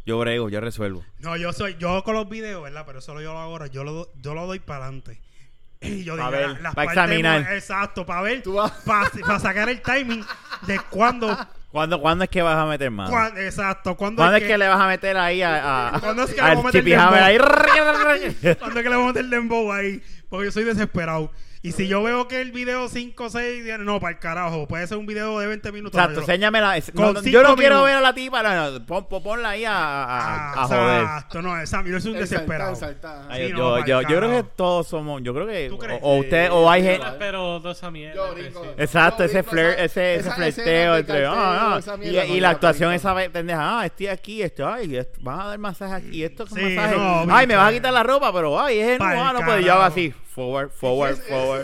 Yo brego, yo resuelvo. No, yo soy, yo con los videos, ¿verdad? Pero solo yo lo hago ahora, yo lo, do- yo lo doy para adelante. Y yo Pa' digo, ver, la- las pa' partes examinar. más- Exacto, para ver, Tú vas- para sacar el timing de cuándo, ¿Cuándo, ¿Cuándo es que vas a meter mano? cuán- exacto, cuándo, Ah. ¿Cuándo es que le vas a meter ahí a, a, ¿Cuándo es que le al vamos a meter Chippy el Hammer ahí? cuándo es que le vamos a meter el dembow ahí, porque yo soy desesperado. Y si yo veo que el video 5 o 6, no, para el carajo, puede ser un video de 20 minutos. no, yo Exacto, lo- enséñame la. es- Con no, no, cinco yo no quiero minutos. ver a la tipa, no, no, pon- pon- ponla ahí a, a- a Ah, joder. Exacto, no, Sammy, yo soy un desesperado. Exaltado, exaltado. Ay, Sí, no, yo, pa'l yo, yo creo que carajo. todos somos. Yo creo que. ¿Tú crees? O, o usted, o hay Sí. gente. Pero, pero toda esa mierda. Yo que brinco. sí. Exacto, No, ese digo, flirt, esa- ese, ese esa flirteo escena del entre. ah, cartero, ah, esa y, mierda, y no la la actuación aplico. esa ve- pendeja, ah, estoy aquí, esto, ay, esto- vas a dar masaje aquí, esto es un Sí, masaje. no, ay, me bicho. vas a quitar la ropa, pero ay, es el Pa'l no pues yo hago carajo. así, forward, forward, forward.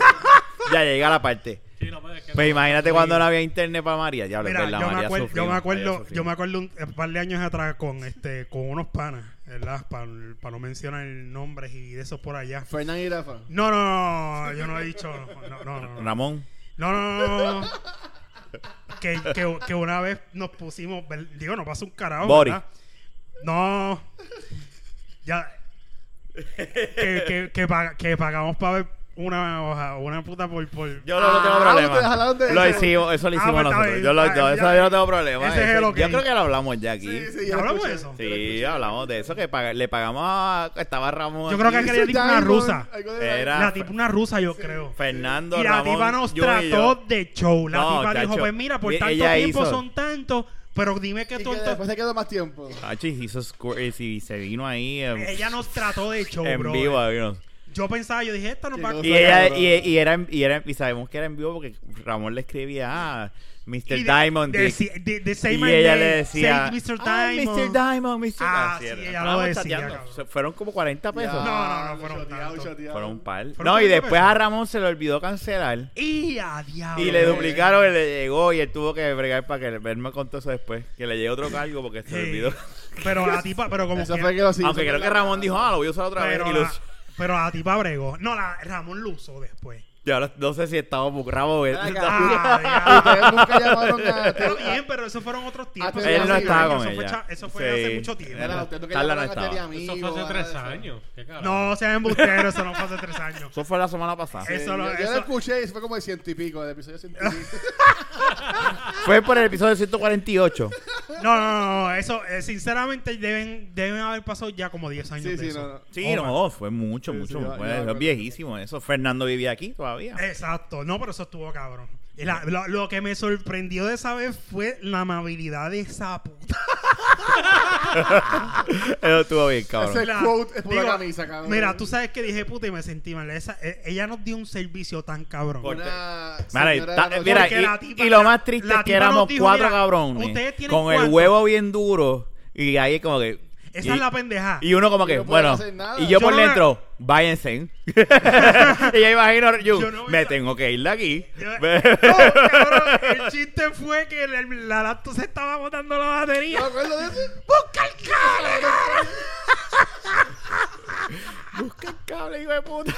ya llega la parte. Sí, no, pero es que Pues no- imagínate cuando no había internet para María, ya Mira, yo, me acuerdo, yo me acuerdo, yo me acuerdo un, un par de años atrás con este, con unos panas, ¿verdad? Para no mencionar nombres y de esos por allá. Fernán y Rafa. No, no, no, yo no he dicho, no, no, no, no, Ramón, no, no, no, no. Que, que, que una vez nos pusimos, ¿ver- digo, nos pasó un carajo, Bori. ¿verdad? No, ya, que, que, que, pa- que pagamos para ver una hoja, una puta por, por yo no, no tengo Ah, problema. ustedes hablaron de lo eso. hicimos, eso lo Ah, pues, hicimos está nosotros. bien, Yo, lo, está yo- bien, eso ya. yo no tengo problema. Ese es Eso- el ok. Yo creo que lo hablamos ya aquí. Sí, sí, ¿Ya yo lo hablamos de escuché. eso? Sí, hablamos de eso, que pag- le pagamos a... Estaba Ramón. Yo creo aquí. que aquel- Era tipo una rusa. Algo de- Era- la tipo una rusa, yo creo. Fernando Y la Ramón, tipa nos Yuri y yo. trató de show. La No, tipa dijo, chacho. pues mira, por Mira, tanto ella tiempo hizo- son tantos, pero dime que Y que tonto. después se quedó más tiempo. Hachi hizo squirts y se vino ahí eh, Ella nos trató de show, en bro. vivo. vino. Yo pensaba, yo dije, esta no Qué va a... cosa. Y, Eso era ella, duro. y, y era, en- y, era, y sabemos que era en vivo porque Ramón le escribía ah, Mr. Y de- Diamond. de- Dick. de- de- de say y my ella name, le decía say Mr. "Ah, Diamond. Mr. Diamond, Mr. Ah, Así sí, era. ella lo Estábamos decía, chateando. cabrón. Se- Fueron como 40 pesos. Ya, No, no, no, fueron choteado, tanto. choteado. Fueron un par. Fueron No, y 40 después pesos. a Ramón se le olvidó cancelar. Y a diablo. Y le ok. duplicaron, le llegó y él tuvo que bregar para que él me contó eso después. Que le llegó otro cargo porque se Sí. le olvidó. Pero la tipa, pero como Eso que- fue que lo Aunque creo que Ramón dijo, ah, lo voy a usar otra vez. pero, Y la, los- pero la tipa bregó. No, la Ramón lo usó después. Y ahora no sé si estaba muy bravo. Él, Ah, Ah, diablo. Ustedes nunca llamaron a. este Pero bien, pero esos fueron otros tiempos. Él Eso no fue- estaba eso con fue ella. cha- Eso fue Sí. hace mucho tiempo. Era- Era, ustedes nunca Carla no llamaron a estaba. Tele Eso Amigo, fue hace nada de 3 eso. años. Qué cabrón. No sean embusteros, eso no fue hace tres años. Eso fue la semana pasada. Eh. Eso Sí, lo- yo, yo eso- lo escuché y fue como de ciento y pico, el episodio ciento y pico. Fue por el episodio 148. No, no, no, no, eso eh, sinceramente deben, deben haber pasado ya como 10 años. sí, de sí, eso. no, no. Sí, Oh, no, fue mucho, Sí, mucho. sí, yo- yo fue- me es acuerdo. viejísimo eso. Fernando vivía aquí todavía. Eh, Exacto, no, pero eso estuvo cabrón. Y la- lo, lo que me sorprendió de esa vez fue la amabilidad de esa puta. Eso estuvo bien, cabrón. Ese- La- quote es pura camisa, cabrón. Mira, tú sabes que dije puta y me sentí mal. Esa- eh, ella nos dio un servicio tan cabrón. Por- Una Mira, señora ta- eh, de noche- mira, Porque la y, tipa- y lo la- más triste la es que tipa nos éramos dijo, cuatro mira, cabrones. ustedes tienen Con el cuatro. huevo bien duro. Y ahí como que. esa y- es la pendeja. Y uno como Y que, no pueden bueno, hacer nada. y yo, Yo por no me- dentro, váyanse. y yo imagino, yo, Yo no voy me a- tengo que ir de aquí. Yo- No, cabrón, el chiste fue que el, el- la laptop se estaba botando la ¿Yo me batería. acuerdo de eso? ¡Busca el cable! Busca el cable, hijo de puta.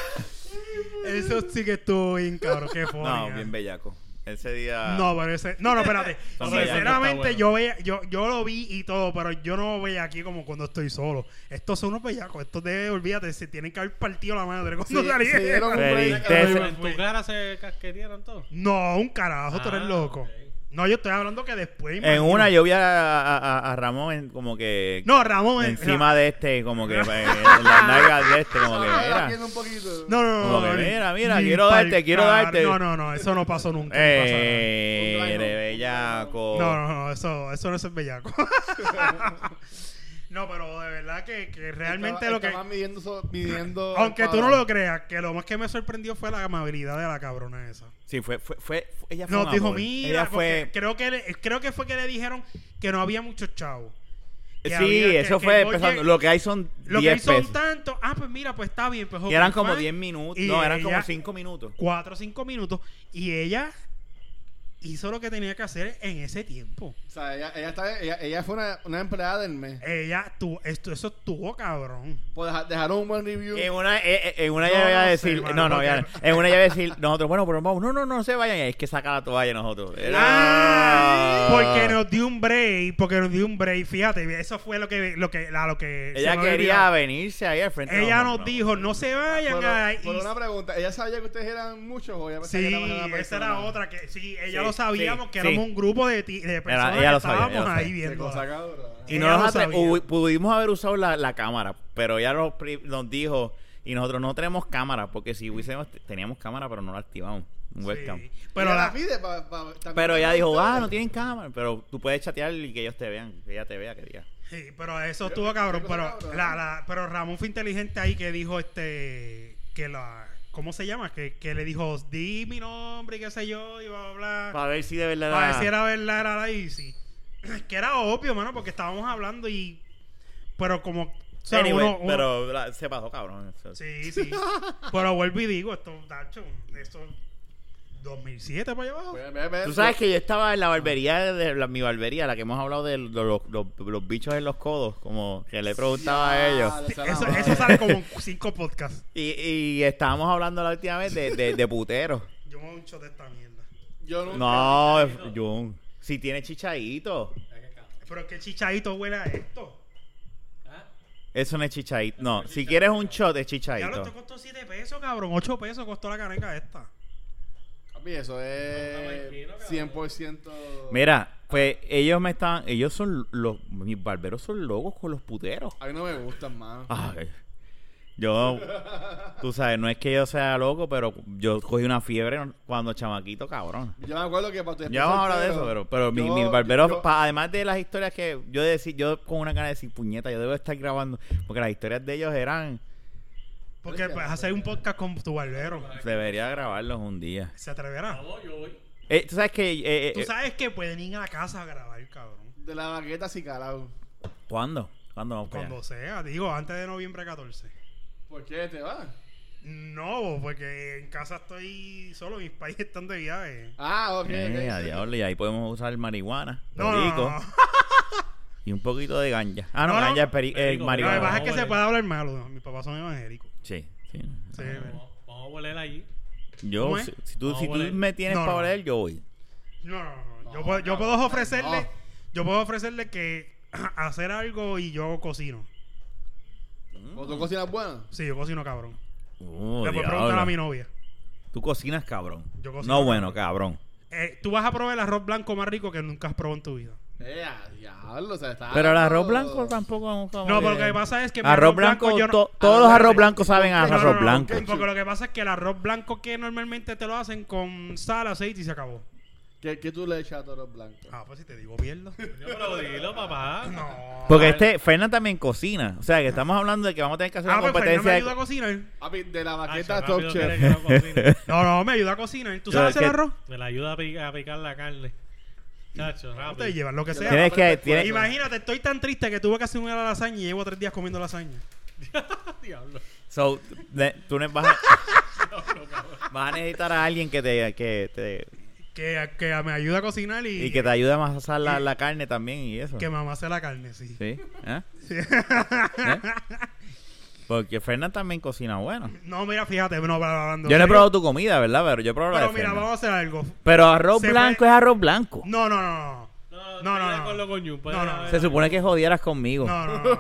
Eso sí que estuvo bien, cabrón. Qué No, funny, bien ah. bellaco. Ese día. No, pero ese. No, no, espérate. No, pero ya Sinceramente, Ah. está bueno. yo, veía, yo, yo lo vi y todo, pero yo no veía aquí como cuando estoy solo. Estos son unos bellacos. Estos de, olvídate, se tienen que haber partido la madre cuando Sí, salí. se dieron un break, Tristeza. cabrón. En tu cara se casquetearon todos. No, un carajo, tú eres Ah, loco. ok. No, yo estoy hablando que después. En imagino. una yo vi a, a- a- a Ramón en- como que No, Ramón. eh, encima de este, como que eh, en las nalgas de este, como que mira. un poquito. No, no, no. Como no, que, ni- mira, mira, ni quiero pa'l darte, quiero car- darte. No, no, no, eso no pasó nunca. no pasó nada. Eh, Un eres rhino. bellaco. No, no, no, eso, eso no es el bellaco. no, pero de verdad que, que realmente Estaba- lo que. estaban midiendo, so- midiendo Aunque tú para- no lo creas, que lo más que me sorprendió fue la amabilidad de la cabrona esa. Sí, fue, fue, fue, fue- ella fue Nos un dijo, amor. mira, Ella porque fue, creo que le- creo que fue que le dijeron que no había muchos chavos. que sí, había- que- eso que, fue oye, empezando. Lo que hay son Lo que hay 10 son pesos. tantos. Ah, pues mira, pues está bien. Pues, Y eran como OnlyFans, 10 minutos. Y No, eran ella- como 5 minutos. cuatro o cinco minutos y ella hizo lo que tenía que hacer en ese tiempo. O sea, ella, ella, está- ella- ella fue una, una empleada del mes. Ella, tu, esto, eso estuvo cabrón. Pues deja- dejaron un buen review. En una, eh, eh, en una No, ella iba a no sé, decir, mano, no, no, porque- ya no. en una ella iba a decir, nosotros, bueno, pero vamos, no, no, no, no se vayan, y es que saca la toalla nosotros. Era- Ah. Porque nos dio un break, porque nos dio un break, fíjate, eso fue lo que, lo que, a lo que se Ella me había quería olvidado. venirse ahí al frente. de Ella nosotros. nos dijo, no se vayan por, ay, por y- una pregunta, ¿ella sabía que ustedes eran muchos o ella pensaba Sí, que era más de una esa persona? era otra que sí, ella Sí, lo sabíamos sí, que sí. éramos un grupo de, ti- de personas ella que lo sabía, ella lo estábamos sabía. ahí Qué viendo. cosa cabrona. Y no Ella nos lo atre- sabía. hu- pudimos haber usado la, la cámara, pero ella nos, pri- nos dijo, y nosotros no tenemos cámara, porque si hubiésemos, teníamos cámara, pero no la activamos, un webcam. Pero Ella la, la pide pa- pa- también Pero para ella dijo, ustedes. ah, no tienen cámara, pero tú puedes chatear y que ellos te vean, que ella te vea, que diga. Sí, pero eso estuvo cabrón. cosa Pero, cabrón. la, la- pero Ramón fue inteligente ahí que dijo este que la ¿cómo se llama? Que, que le dijo di mi nombre y qué sé yo y bla bla bla. Para ver si de verdad Para era- decir la verdad era la Easy. que era obvio, mano, porque estábamos hablando y pero como o sea, Anyway, uno- uno- pero la- se pasó, cabrón. Eso- sí, sí. pero vuelvo y digo, esto, Dacho, esto 2007 para allá abajo. Ve, ve, ve, Tú sabes que yo estaba en la barbería, de la- mi barbería, la que hemos hablado de los, los- los- los bichos en los codos, como que le preguntaba a ellos. Ya, esa Eso, madre. eso sale como en cinco podcasts. Y, y estábamos hablando la última vez de, de, de puteros. Yo me doy un shot de esta mierda. Yo nunca- No, es- Jun. Si tiene chichadito. Pero qué chichadito huele a esto. Eso no es chichadito. No, si quieres un Ya lo, shot es esto chichadito. costó 7 pesos, cabrón. 8 pesos costó la caneca esta. Papi, eso es 100%. Mira, pues ellos me estaban. Ellos son. los Mis barberos son locos con los puteros. A mí no me gustan, más. Ay, yo, tú sabes, no es que yo sea loco, pero yo cogí una fiebre cuando chamaquito, cabrón. Yo me acuerdo que para tu Ya vamos a hablar de eso, pero, pero mi, Yo- mi barbero, yo- pa- además de las historias que yo decir, yo con una cara de decir, puñeta, yo debo estar grabando, porque las historias de ellos eran, Porque pues, hacer un podcast con tu barbero. debería grabarlos un día. Se atreverá. Vamos, yo voy. Eh, tú sabes que, eh, eh, Tú eh, sabes que pueden ir a la casa a grabar, cabrón. De la baqueta así calado. ¿cuándo? ¿Cuándo vamos para allá? Cuando sea, digo, antes de noviembre 14. ¿Por qué te vas? No, porque en casa estoy solo, mis países están de viaje. Ah, ok. Eh, ok. a diablo, y ahí podemos usar marihuana, No, no, perico, no. no. y un poquito de ganja. Ah, no, No, no, ganja es peri- eh, perico, Lo que marihuana. pasa es que Vamos, se vale. puede hablar malo. ¿no? Mis papás son evangélicos. Sí, sí. Sí, Vamos, vamos a volver allí. Yo, ¿Cómo es? si, si tú, No, si tú huele. me tienes No, para no. oler, yo voy. No, no, no. No, yo, puedo, yo no, puedo no. ofrecerle, yo puedo ofrecerle que hacer algo y yo cocino. ¿O tú cocinas buena? Sí, yo cocino, cabrón. Oh, Le puedo diablo. preguntar a mi novia. Tú cocinas, cabrón. Yo cocino, no, bueno, cabrón. Eh, tú vas a probar el arroz blanco más rico que nunca has probado en tu vida. Eh, a diablo, o sea, está. Pero el arroz blanco tampoco es como No, que- pero lo que pasa es que mi Arroz blanco, yo no- to- todos los Ah, arroz sí. blancos saben a No, no, arroz no, no, blanco. porque- Porque lo que pasa es que el arroz blanco que normalmente te lo hacen con sal, aceite y se acabó. ¿Qué, qué tú le echas a arroz blanco? Ah, pues si te digo Ah, pues, pierdo. Yo Pues, pero dilo, papá. No. Porque este, Fernan también cocina. O sea, que estamos hablando de que vamos a tener que hacer Ah, una pues Fernan me competencia. de- ayuda a cocinar. Papi, de la Ay, baqueta rápido, Top quiere Chef. que no cocine. No, no, me ayuda a cocinar. ¿Tú Yo, sabes que- hacer arroz? Me la ayuda a picar, a picar la carne. Chacho, No te rápido. llevas lo que Yo sea. pues, E Tienes Ah, que- perfecto. tienes- Imagínate, estoy tan triste que tuve que hacer una lasaña y llevo tres días comiendo lasaña. Ah, Diablo. So, ne- tú ne- vas, a, vas a necesitar a alguien que te, que te- Que, que me ayuda a cocinar y, y que te ayude a amasar la, la carne también y eso. que mamá hace la carne, sí. ¿Sí? ¿Eh? ¿Eh? Porque Fernan también cocina bueno. No, mira, fíjate, no, hablando. Yo no he serio. probado tu comida, ¿verdad? Pero yo he probado la Pero de mira, Fernan. vamos a hacer algo. Pero arroz Se blanco fue- es arroz blanco. No, no, no, No, No, no, no, no. no. Con lo coño, No, no, no. Se supone que jodieras conmigo. no. No, no, no.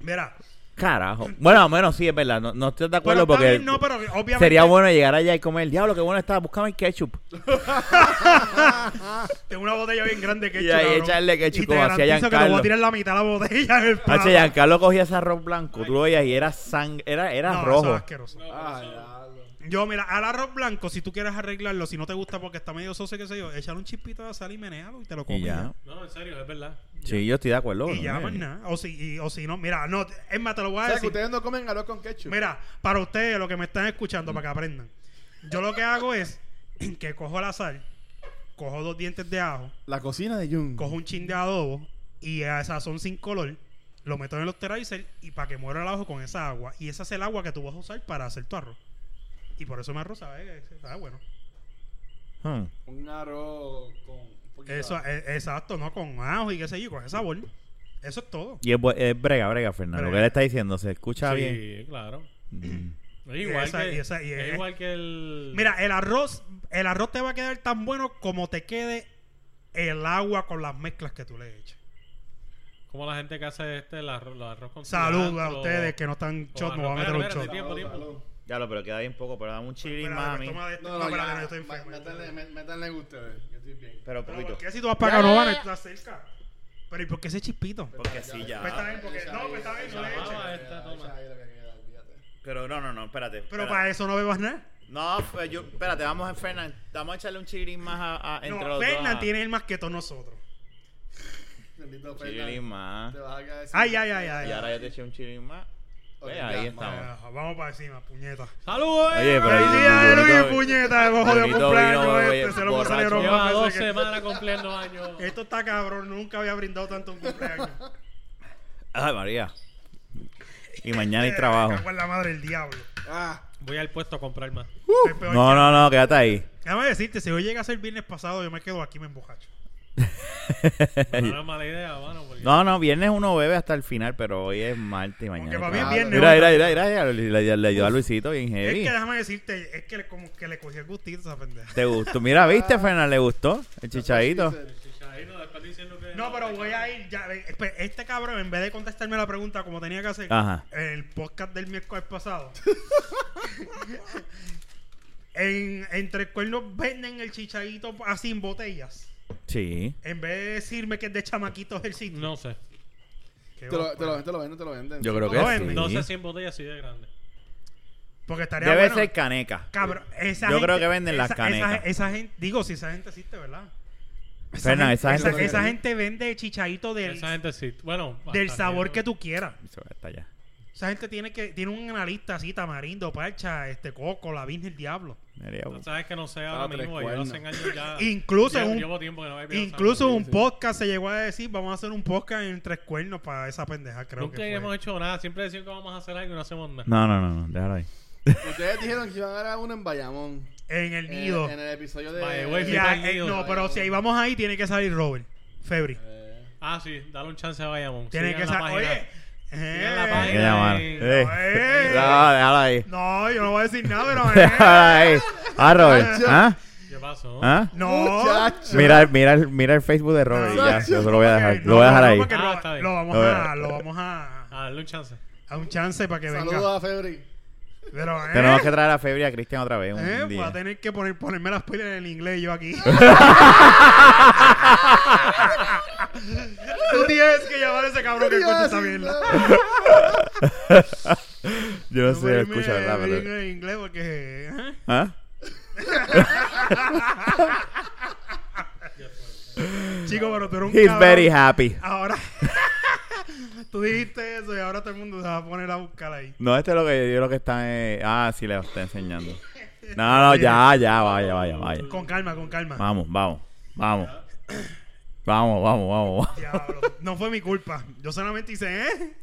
Mira, Carajo. Bueno, al menos sí, es verdad. No, no estoy de acuerdo Pero porque también no, pero obviamente. sería bueno llegar allá y comer. Diablo, qué bueno está. Buscame el ketchup. Tengo una botella bien grande que Y ahí echarle ketchup Y te como hacía garantizo que te voy Giancarlo. a tirar la mitad de la botella en el plato. H. Giancarlo cogía ese arroz blanco. Tú lo veías y era sang era, era No, eso es rojo. asqueroso. Ay, diablo. Yo, mira, al arroz blanco, si tú quieres arreglarlo, si no te gusta porque está medio soso, qué sé yo, échale un chispito de sal y menealo y te lo Y comes. ya. Oh, No, en serio, es verdad. Sí, yo estoy de acuerdo. Y ya, pues, ¿no? más nada. O si, y- o si no, mira, no, es más, te lo voy O a sea, que decir. ustedes no comen arroz con ketchup. Ah, Mira, para ustedes, los que me están escuchando, para que aprendan. Yo lo que hago es que cojo la sal, cojo dos dientes de ajo, La cocina de Jun. cojo un chin de adobo y a sazón sin color, lo meto en el osterizer y para que muera el ajo con esa agua. Y esa es el agua que tú vas a usar para hacer tu arroz. Y por eso me arroz, ¿sabes? Sabe bueno. Hmm. Un arroz con... un poquito Eso, de- e- exacto, ¿no? Con ajo y qué sé yo, con ese sabor. Eso es todo. Y es, bu- es brega, brega, Fernando. Lo Brega. que él está diciendo se escucha sí, bien. claro. Mm. Es igual, esa- que, y esa- y es es- igual que el... Mira, el arroz, el arroz te va a quedar tan bueno como te quede el agua con las mezclas que tú le eches. Como la gente que hace este, el arroz, los arroz con Salud a cilantro, ustedes que no están o shot, me arroz. voy a meter Espérate, un espérate, shot. tiempo, Salud, tiempo. salud. Ya lo, pero queda bien poco, pero dame un chilín Espérate, más a mí. toma de esto. No, No, no, espérate, ya. que yo estoy enfermo. Mé- métanle- mé- métanle ustedes. Yo estoy bien. Pero Pero poquito. ¿por qué si tú vas para Canovana estás cerca? Pero ¿y por qué ese chispito? Porque sí, ya. Pues está bien, porque- Echa no, ahí, pues está bien, echa no le ahí, eches. echa Esta, ahí, este, toma. echa Pues ahí lo que queda, olvídate. Pero no, no, no, espérate. Pero espérate. para eso no bebas nada. No, fe- yo, espérate, vamos a Fernan, vamos a echarle un chilín más a, a- entre No, los dos. ah. Fernan a- tiene el más que todos nosotros. Bendito Chilín Fernan. más. Te vas a quedar sin- Ay, ay, ay, ay. Y ahora yo te eché un chilín más. Ok, Ve, ya, ahí vamos. estamos. Ah, Vamos para encima, puñeta. ¡Saludos! Oye, pero- Feliz Ay, día de bonito, Luis, eh. puñeta, el ojo de Bonito vino, cumpleaños oye, este. Se lo borracho. celebró Lleva más dos veces que- Eh. semanas cumpliendo años. Esto está cabrón, nunca había brindado tanto un cumpleaños. Ay, María. Y mañana hay Me trabajo. cago en la madre del diablo. Ah, Voy al puesto a comprar más. Es peor Uh, No, que- no, no, quédate ahí. Déjame decirte, si hoy llega a ser viernes pasado, yo me quedo aquí, me embojacho. Pero no es mala idea, mano. Porque... No, no, viernes uno bebe hasta el final, pero hoy es martes y mañana. Aunque hay para mí es trabajo. viernes. Mira, hoy mira, también. mira, mira, le, le- le ayudó a Luisito bien Es heavy. que déjame decirte, es que le- como que le cogí el gustito a esa pendeja. ¿Te gustó? Mira, ¿viste, Fernan? ¿Le gustó? El chichadito. Chicharito, después diciendo que- No, pero voy a ir ya. eh, espe- Este cabrón, en vez de contestarme la pregunta como tenía que hacer, Ajá. el podcast del miércoles pasado. en, entre cuernos venden el chichadito así en botellas. Sí. En vez de decirme que es de chamaquitos del sitio. No sé. Qué te lo, guapo. te, lo, te lo venden, te lo venden. Yo creo No, que en- sí. No sé si en botella así de grande. Porque estaría Debe bueno. ser caneca. Cabrón, esa Yo gente- creo que venden las esa- canecas. Esa, esa gente, digo, si esa gente existe, ¿verdad? Fernan, gen- esa gente esa, existe. esa gente vende chichadito del, Esa gente sí. Bueno. del sabor que tú quieras. Eso está allá. Esa gente tiene que tiene un analista así, tamarindo, parcha, este coco, la virgen del diablo. Mira, No sabes que no sé ahora Ah, tres mismo. Yo cuernos. hace años ya. Incluso llevo, un- llevo tiempo que no bebía esa Incluso cosa. un podcast se llegó a decir, vamos a hacer un podcast en tres cuernos para esa pendeja, creo Nunca que hemos fue. hecho nada. Siempre decimos que vamos a hacer algo y no hacemos nada. No, no, no, no, déjalo ahí. Ustedes dijeron que iban a dar uno en Bayamón. eh, en Eh, el nido. En, en el episodio de. By the way, de- Ya, en el eh, nido. no, pero si ahí vamos ahí tiene que salir Robert, Febri. Eh, Ah, sí. Dale un chance a Bayamón. tiene Sigan que la salir. página. Oye, Sigan la eh, Hay página. que llamar. Ay, Eh. ay. No, déjalo ahí. no, yo no voy a decir nada, pero eh, Déjalo ahí. Ah, Robert. ¿Ah? ¿Qué pasó? ¿Ah? no. Muchacho. Mira, el- mira, el- mira el Facebook de Robert. No, no, Ya, yo se lo voy a dejar. porque- Lo voy a dejar no, ahí. porque Ah, Robert- está bien. lo vamos Lo voy a- a, lo vamos a, Ah, dale un chance. a un chance para que Saludos venga. a Febri. Pero, eh, Tenemos que traer a Febri y a Cristian otra vez. Un Eh, voy día. a tener que poner, ponerme las pilas en el inglés yo aquí. Tú tienes que llamar a ese cabrón que escucha esa mierda. Yo no sé si Ponerme escucha, ¿verdad? el Pero... en inglés porque... ¿eh? ¿Ah? Chico, pero tú eres un He's cabrón. very happy. Ahora... tú dijiste eso y ahora todo el mundo se va a poner a buscar ahí. No, este es lo que yo lo que está. eh, Ah, sí, le está enseñando. No, no, ya, ya, vaya, vaya, vaya. Con calma, con calma. Vamos, vamos, vamos. Vamos, vamos, vamos. Diablo, no fue mi culpa. Yo solamente hice, ¿eh?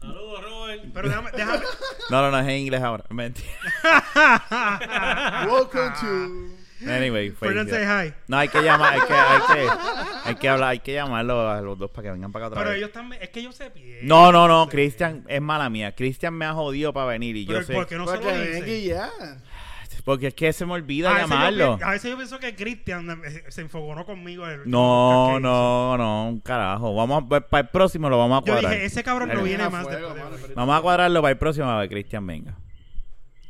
Saludos, Robert. Pero déjame... déjame... No, no, no es en inglés ahora. Mentira. Welcome to. Anyway, Fernan, say felicidades. hi. No, hay que llamar, hay que, hay que, hay que hablar, hay que llamarlo a los dos para que vengan para acá otra Pero vez. ellos están... Es que ellos se pierden. No, no, no, Cristian es mala mía. Cristian me ha jodido para venir y Pero yo sé. ¿por qué no se Porque lo ven dicen? aquí ya. Porque es que se me olvida a, veces Ah, yo llamarlo. pi- a veces yo pienso que Cristian eh, se enfogonó conmigo. el último No, podcast que hizo. no, no, un carajo. Vamos a- pues, para el próximo lo vamos a Yo cuadrar. dije, ese cabrón Pero no viene Ah, más fuego, después de mano, hoy. pero- Vamos a cuadrarlo para el próximo a ver, Cristian, venga.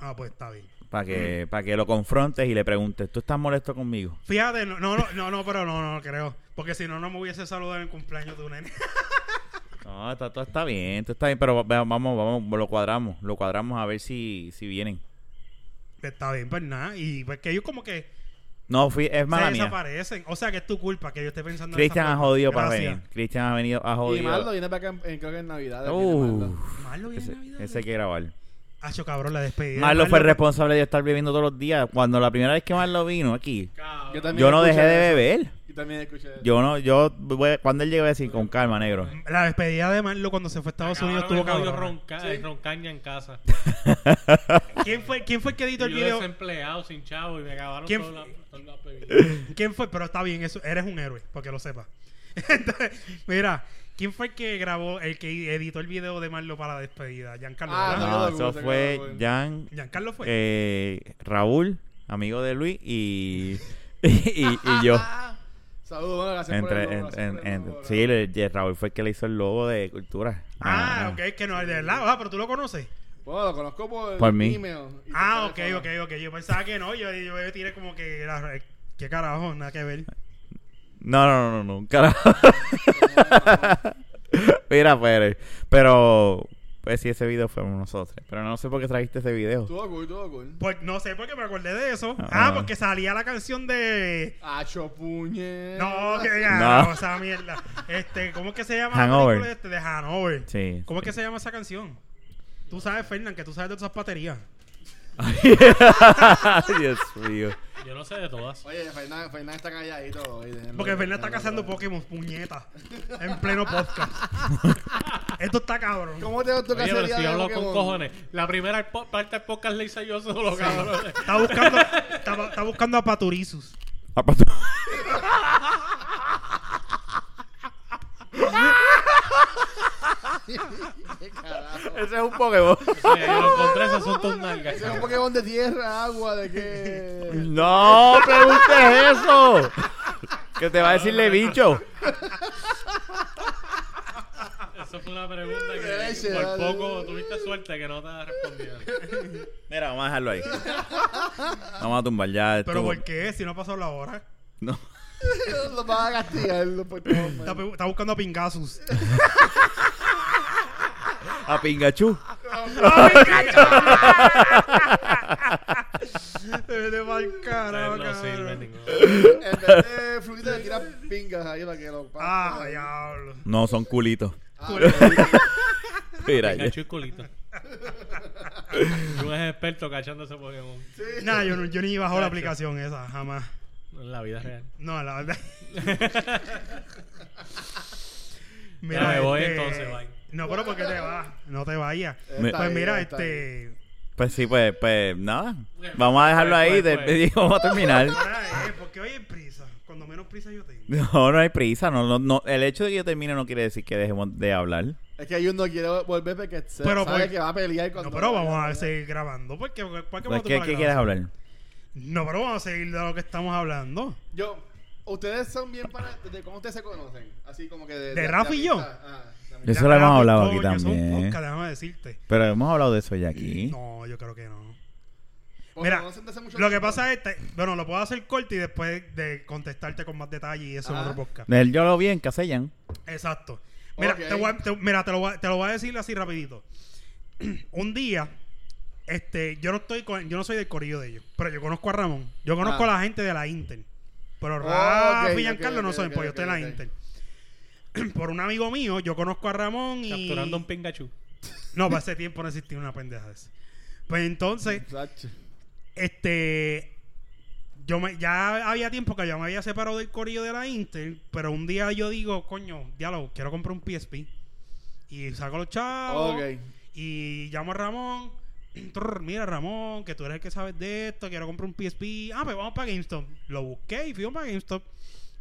Ah, pues está bien. Para Mm. que, para que lo confrontes y le preguntes, ¿tú estás molesto conmigo? Fíjate, no, no, no, no, pero no, no creo. Porque si no, no me hubiese saludado en el cumpleaños de un nene. No, está, todo está bien, todo está bien, pero va- vamos, vamos, lo cuadramos, lo cuadramos a ver si, si vienen. está bien, pues nada. Y pues que ellos como que No, fui, es mala se mía. desaparecen. O sea, que es tu culpa que yo esté pensando en Cristian ha jodido para venir. venir. Cristian ha venido, ha Y Marlo jodido. viene para acá, en- creo que en Navidad. Uh, Marlo viene ese, en Navidad. ese hay que grabar. Acho, cabrón, la despedida. de Marlo fue el Marlo- responsable de yo estar bebiendo todos los días. Cuando la primera vez que Marlo vino aquí, Cabrón. también yo no escuché dejé de eso. beber. Yo también escuché eso. Yo no, yo, voy- cuando él llegue voy a decir con calma, negro. La despedida de Marlo cuando se fue a Estados Unidos Cabrón, estuvo me jodió cabrón. ronca- Sí. eh, roncaña en casa. ¿Quién fue, ¿Quién fue el que editó Yo el video? desempleado, sin chavo, y me acabaron ¿Quién- todas las- todas las bebidas. ¿Quién fue? Pero está bien, eso, eres un héroe, porque lo sepas. Entonces, mira, ¿quién fue el que grabó, el que editó el video de Marlo para la despedida? Giancarlo. Ah, ¿verdad? no. No, yo lo eso puse, yo lo fue puse. Jan, Giancarlo fue. eh, Raúl, amigo de Luis, y, y, y- y yo. Saludos, bueno, gracias por Entre, el logro, en- gracias por en- el en- logro. sí, le- y Raúl fue el que le hizo el logo de cultura. ah, ok, que no, de verdad. Ah, pero tú lo conoces. Bueno, lo conozco por, Por mí. email. y por Ah, ok, teléfono. ok, ok. Yo pensaba que no, yo, yo me tiré como que era. eh, ¿Qué carajo? Nada que ver. No, no, no, no, no, carajo. Mira, Pérez. Pero, pues sí, ese video fuimos nosotros. Pero no sé por qué trajiste ese video. Estuvo cool, estuvo cool. Pues no sé por qué me acordé de eso. Ah. Ah, porque salía la canción de. Acho puñe. No, que No. no. o sea, mierda. Este, ¿cómo es que se llama? la Hangover. película Este, de Hanover. Sí. ¿Cómo es que se llama esa canción? Tú sabes, Fernán, que tú sabes de esas baterías. Dios mío. Yo no sé de todas. Oye, Fernández está calladito. oye, Porque no- Fernán no- está cazando no- Pokémon, puñeta. En pleno podcast. Esto está cabrón. ¿Cómo te va tu Oye, pero cacería si de yo hablo con Pokémon? cojones. La primera po- parte del podcast la hice yo solo, cabrón. Está buscando, está, está buscando a Paturizus. Ah, pues, tú- ¿Qué carajo? ese es un Pokémon. Oye, yo lo encontré, esas son tus nalgas. Ese es un Pokémon de tierra, agua, de qué. No preguntes eso. Que te va a decirle bicho. Esa fue una pregunta que Leche, por dale. poco tuviste suerte que no te respondieron. Mira, vamos a dejarlo ahí. Vamos a tumbar ya esto. ¿Pero por qué? Si no ha pasado la hora. No. Lo pues, vas a castigar los Pokémon. Está, pe- está buscando a Pingasus. A Pingachú. Te vete pa'l carajo, no sirve cabrón. ninguno. En vez de fruta le tiras pingas ahí para que lo Ah, diablo. No, son culitos. Mira, ya. Pikachu y culito. Tú eres experto cachando ese Pokémon Nada, yo, no- yo ni bajo la Nacho. aplicación esa, jamás. en la vida real. No, la verdad. Ya me voy este, entonces, bye. No, pero ¿por qué te vas? No te vayas. Está pues bien, mira, está este. Pues sí, pues, pues nada. Vamos a dejarlo ahí. Pues, de- pues, pues. Vamos a terminar. Ahora, eh, porque hoy hay prisa. Cuando menos prisa yo tengo. No, no hay prisa. No, no, no. El hecho de que yo termine no quiere decir que dejemos de hablar. Es que hay uno quiere volver porque se Pero sabe por- que va a pelear cuando. No, pero vamos a seguir grabando. Porque, ¿cuál que Pues, vamos a ¿qué, tomar qué la quieres grabación? hablar? No, pero vamos a seguir de lo que estamos hablando. Yo, ustedes son bien para. ¿De cómo ustedes se conocen? Así como que de. ¿De Rafa y yo? amistad. Ah, de amistad. Eso lo hemos Rafi, hablado aquí coño, eso es un también. ¿eh? podcast, déjame decirte. Pero hemos hablado de eso ya aquí. No, yo creo que no. Porque Mira, conocen de hace mucho Lo que tiempo. pasa es, te- bueno, lo puedo hacer corto y después de contestarte con más detalle y eso en Ajá. otro podcast. Del Yo lo vi en Casellan. Exacto. Mira, Ok. te voy a- te- mira, te lo, voy a, te lo voy a decir así rapidito. Un día, este, yo no estoy con- yo no soy del corillo de ellos, pero yo conozco a Ramón. Yo conozco Ah. a la gente de la Inter. Pero ok, Rafa ok, y Giancarlo no ok, son, ok, pues yo ok, estoy en la ok. Inter. Por un amigo mío, yo conozco a Ramón y. Capturando un Pikachu. No, para ese tiempo no existía una pendeja de esa. Pues entonces, Sacho. este yo me, ya había tiempo que yo me había separado del corillo de la Inter, pero un día yo digo, coño, diálogo, quiero comprar un PSP. Y saco los chavos Ok. y llamo a Ramón. Trrr, Mira, Ramón, que tú eres el que sabes de esto, quiero comprar un PSP. Ah, pues vamos para GameStop. Lo busqué y fui para GameStop.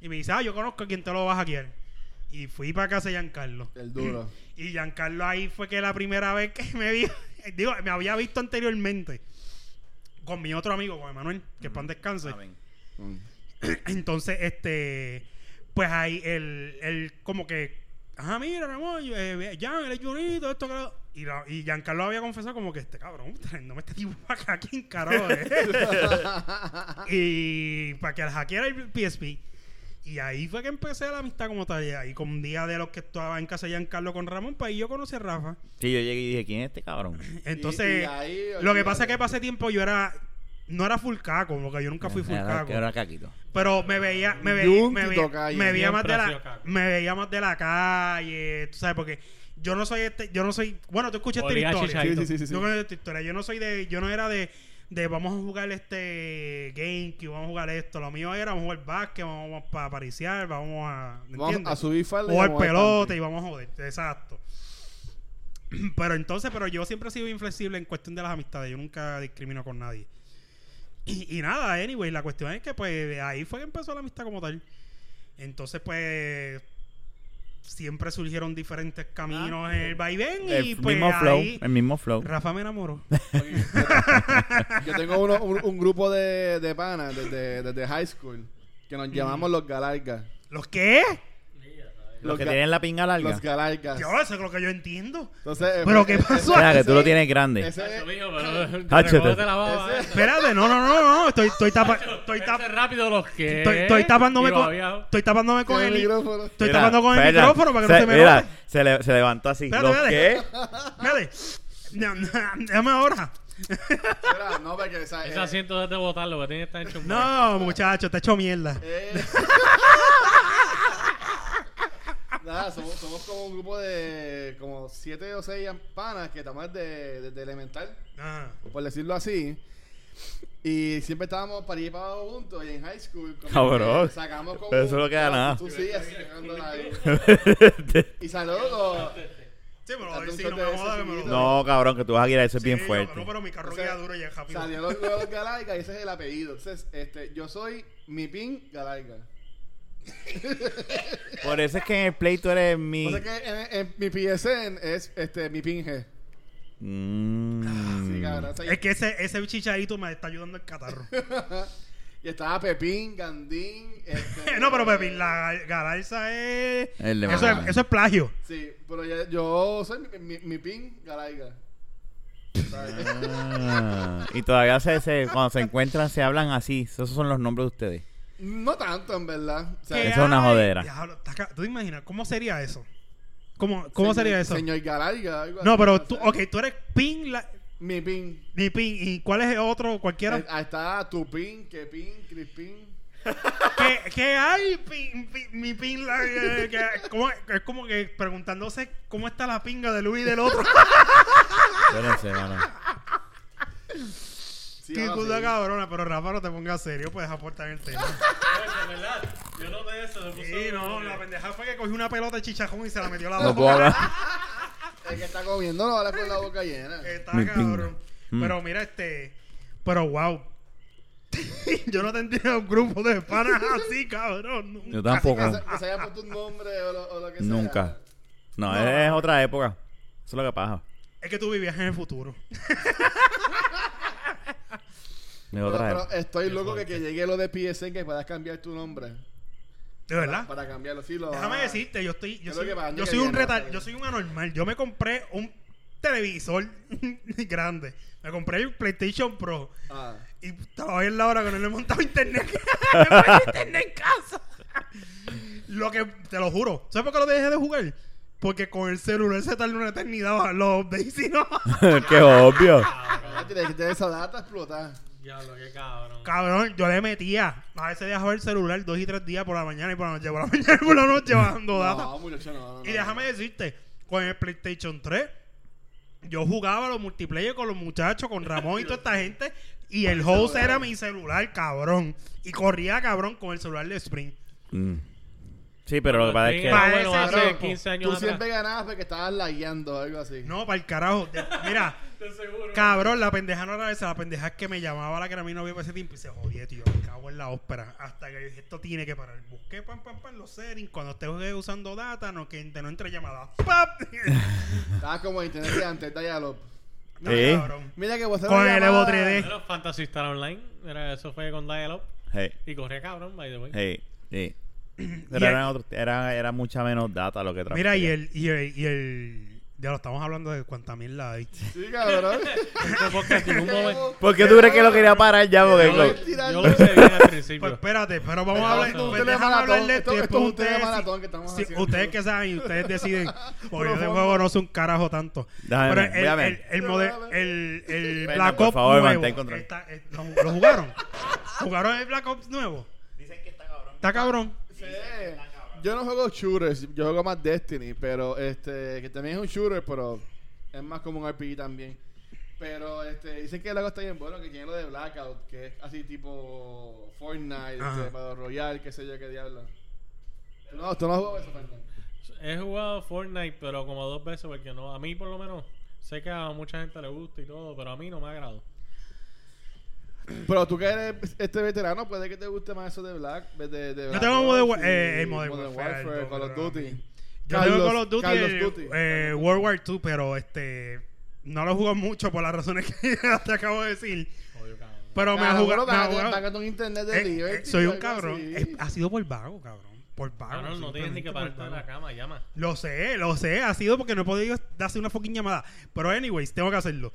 Y me dice, ah, yo conozco a quien te lo vas a querer. Y fui para casa de Giancarlo. El duro. Y Giancarlo ahí fue que la primera vez que me vio, digo, me había visto anteriormente. con mi otro amigo, con Emanuel, que pan descanse. Amén. Mm. Entonces, este, pues ahí el, el como que, ajá, mira, Ramón, yo, eh, Jan, él es Junito, esto, que lo-". Y, la- y Giancarlo había confesado como que este cabrón, no me este tipo acá, ¿quién carajo es?" y para que el hackeara el PSP. Y ahí fue que empecé la amistad como tal. Y ahí con un día de los que estaba en casa de Giancarlo con Ramón, pues ahí yo conocí a Rafa. Sí, yo llegué y dije, ¿quién es este cabrón? Entonces, Y- y ahí, lo que pasa es que olvídate. pasé tiempo yo era, no era full caco, porque yo nunca fui full Era- caco. Era caquito. Pero me veía, me veía, Yunqui me veía, tocayo. me veía más de Siempre ha sido la, caco. me veía más de la calle, tú sabes, porque yo no soy este, yo no soy, bueno, tú escuchaste Olía la a historia. chichaito. Sí, sí, sí, sí. Yo conozco esta historia, yo no soy de, yo no era de, de vamos a jugar este GameCube, vamos a jugar esto, lo mío era vamos a jugar básquet, vamos a apariciar, vamos a, ¿me Vamos entiendes? a subir falda. y O el vamos a pelote ver y vamos a joder. Exacto. Pero entonces, pero yo siempre he sido inflexible en cuestión de las amistades. Yo nunca discrimino con nadie. Y, y nada, anyway, la cuestión es que pues ahí fue que empezó la amistad como tal. Entonces, pues siempre surgieron diferentes caminos en el vaivén y El pues mismo flow. ahí El mismo flow. Rafa me enamoró. tanto. Yo tengo uno- un, un grupo de, de panas desde, desde high school que nos llamamos los galargas. ¿Los qué? Los que ga- tienen la pinga larga. Los galargas. Yo, eso es lo que yo entiendo. Entonces, eh, Pero ¿qué eh, pasó? Mira, que tú lo tienes Ah, eh, grande. Ese, Eso, mijo, pero- Cáchate. recógete la baba, eh. Espérate, no, no, no, no. Estoy, estoy, tapa- estoy, Ese tapa- rápido los que. eh. estoy, estoy tapándome Y con, babeado. estoy tapándome con Con el el, micrófono. Estoy Mira, tapando con el espera, micrófono para que no se me Mira, note. se, le- se levantó así. Espérate, ¿Los espérate. qué? Espérate. No, no, Déjame ahora. espera, no, porque, o sea, Ese eh, asiento es de botarlo, que tiene que estar hecho un No, muchacho, te he hecho mierda. Eh. Nada, somos, somos como un grupo de como siete o seis panas que estamos desde, desde elemental, Ajá. por decirlo así. Y siempre estábamos para ir para abajo juntos y en high school. como Cabrón. que Sacamos como. Pero eso no queda nada. Tú sigues sacándola ahí. y saludos. Sí, pero Hazte un sí, no shot me de jodas que ese, me lo chiquito. No, cabrón, que tú vas a guiar eso es Sí, bien no, fuerte. No, pero mi carro O sea, queda duro y es rápido. Salió los los Galarga y ese es el apellido. Entonces, este, yo soy mi pin Galarga. Por eso es que en el play tú eres mi. O sea que en, en mi PSN es este, mi pin G. Mm. Sí, cabrón. O sea, Es que ese, ese chichadito me está ayudando el catarro. Y estaba Pepín, Gandín. este- no, pero Pepín, la galarza es... El de Eso mamá. es, eso es plagio. Sí, pero ya- yo soy mi, mi, mi pin Galaiga. ¿Sabes? Ah, y todavía se, se- cuando se encuentran se hablan así. Esos son los nombres de ustedes. no tanto, en verdad. O sea, ¿Qué Eso es una hay? jodera. Diablo, está ca- ¿Tú te imaginas cómo sería eso? ¿Cómo, cómo señor- sería eso? Señor Galaiga. algo No, así, pero tú... sé. Ok, tú eres pin... La, Mi pin. ni pin. ¿Y cuál es el otro? Cualquiera... Ahí ahí está tu pin, que pin, Crispin. ¿Qué, qué hay? Pin- pin- mi pin la- eh, que- ¿cómo- es como que preguntándose cómo está la pinga de Luis y del otro. Yo no sé, mano. Sí, Qué algo cosa así. cabrona, pero Rafa no te pongas serio, puedes aportar el tema. Oye, de verdad, Yo no te eso. me puse Sí, no, como- la pendeja fue que cogió una pelota de chichajón y se la metió a la No boca. puedo hablar. El que está comiendo no habla con la boca llena. Está Mi cabrón. pinga. Mm. Pero mira este, pero wow. Yo no tendría un grupo de panas así, cabrón. nunca. Yo tampoco. Que se, que se haya puesto un nombre o lo, o lo que sea. Nunca. No, No, es, no. otra época. Eso es lo que pasa. Es que tú vivías en el futuro. Es Pero, otra pero época. estoy loco que, que llegue lo de PSN que puedas cambiar tu nombre. De verdad. Para cambiarlo, sí, lo Déjame ah. decirte, yo estoy, yo Creo soy, que para el año yo que soy un viene, retal, o sea, yo soy un anormal. Yo me compré un televisor grande. Me compré el PlayStation Pro Ah. y estaba en la hora que no le he montado internet. Me pongo internet en casa. Lo que te lo juro, ¿sabes por qué lo dejé de jugar? Porque con el celular se tarda una eternidad bajar los updates y no. Qué obvio. Ah, Tienes que tener esa data explotada. Diablo, qué cabrón. Cabrón, yo le metía. A veces dejaba el celular dos y tres días por la mañana y por la noche, por la mañana y por la noche bajando data. No, muchacho, no, no, Y no. déjame decirte, con el PlayStation 3, yo jugaba los multiplayer con los muchachos, con Ramón y toda esta gente, y el host era mi celular, cabrón. Y corría, cabrón, con el celular de Spring. Mm. Sí, pero lo que pasa es que. Para bueno, ese hace tiempo. 15 pues, Tú años siempre atrás. ganabas porque estabas lagueando o algo así. No, para el carajo. De- Mira, Te seguro. cabrón, la pendeja no era esa, la pendeja es que me llamaba la que era mi novia para ese tiempo y se jodía, tío, me cago en la ópera. Hasta que dije, esto tiene que parar. Busqué, pam, pam, pam, los settings. Cuando esté usando data, no, que no entre llamadas. ¡Pap! Estabas como en internet de antes, dial-up. No, Sí. cabrón. Mira que vos Con el Evo 3D. Bueno, Fantasy Star Online. Era, eso fue con Dial-Up. Hey, Y corría cabrón, by the way. Eh. hey, sí. Y Pero eran otros- era, era mucha menos data lo que traía. Mira, y el, y el, y el. Ya lo estamos hablando de cuánta mierda hay. Sí, cabrón. Este podcast en un momento. ¿Por qué tú crees que lo quería parar ya? Porque Yo, lo- co- tirando. yo lo sé bien al Pues principio. espérate, pero vamos Pero a hablar. esto es un pues telemaratón, déjame hablar de esto- esto. y esto es un después ustedes telemaratón si- que estamos si- haciendo. Ustedes que saben y ustedes deciden. Porque yo de Profundo. juego no sé un carajo tanto. Déjame pero ver, el, déjame el, ver. el, mode- el, el Venga, Black por Ops favor, nuevo. mantén control. está- eh, ¿lo, lo jugaron? ¿Jugaron el Black Ops nuevo? Está cabrón. Sí. Yo no juego shooters, yo juego más Destiny, pero este, que también es un shooter, pero es más como un RPG también. Pero este, dicen que el juego está bien bueno, que tiene lo de Blackout, que es así tipo Fortnite, Ajá. este, Battle Royale, qué sé yo, qué diablo. Tú No, tú no has jugado eso, Fernando. He jugado Fortnite, pero como dos veces, porque no. A mí, por lo menos, sé que a mucha gente le gusta y todo, pero a mí no me agrado. Pero tú que eres este veterano, puede que te guste más eso de Black, de, de Yo Black tengo Ops Modern Wa- y eh, el Modern Warfare, el Call of Modern Duty. Yo tengo Call of Duty, el, eh, World War II, pero este. No lo jugué mucho por las razones que te acabo de decir. Odio, cabrón. Pero me ha jugado. me ha jugado. un internet Eh, de eh, soy un cabrón. Eh, ha sido por vago, cabrón. Por vago. Cabrón, no tienes ni que simplemente por pararte de la vago. cama, llama. Lo sé, lo sé. Ha sido porque no he podido hacer una fucking llamada. Pero, anyways, tengo que hacerlo.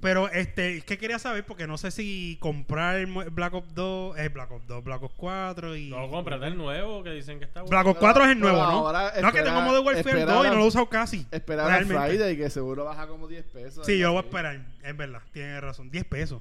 Pero, este, es que quería saber porque no sé si comprar el mo- Black Ops 2, eh, Black Ops 2, Black Ops 4 y. No, cómprate el nuevo que dicen que está bueno. Black Ops 4 es el Pero nuevo, ¿no? ahora no, es que espera- tengo modo Warfare espera 2 y la- no lo he usado casi. Esperar a realmente. Friday, que seguro baja como 10 pesos. Sí, yo algo voy a así. esperar. Es verdad, tienes razón. 10 pesos.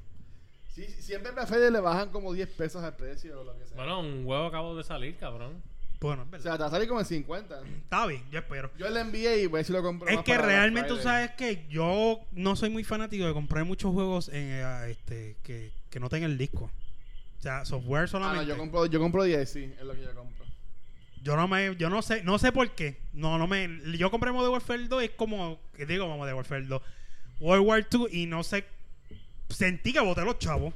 Sí, sí, siempre en Black Friday le bajan como 10 pesos al precio o lo que sea. Bueno, un huevo acabo de salir, cabrón. Bueno, es o verdad. sea, te va a salir como en 50. Está bien, yo espero. Yo le envié y voy a ver si lo compro. Es más que para Black realmente tú Friday. sabes que yo no soy muy fanático de comprar muchos juegos en, eh, este, que, que no tengan el disco. O sea, software Ah, solamente. no, yo yo, compro, yo compro 10, sí, es lo que yo compro. no me, yo no sé, no sé por qué. No, no me. Yo compré Modern Warfare 2 y es como, que digo, vamos de Warfare 2. World War 2 y no sé. Sentí que boté los chavos.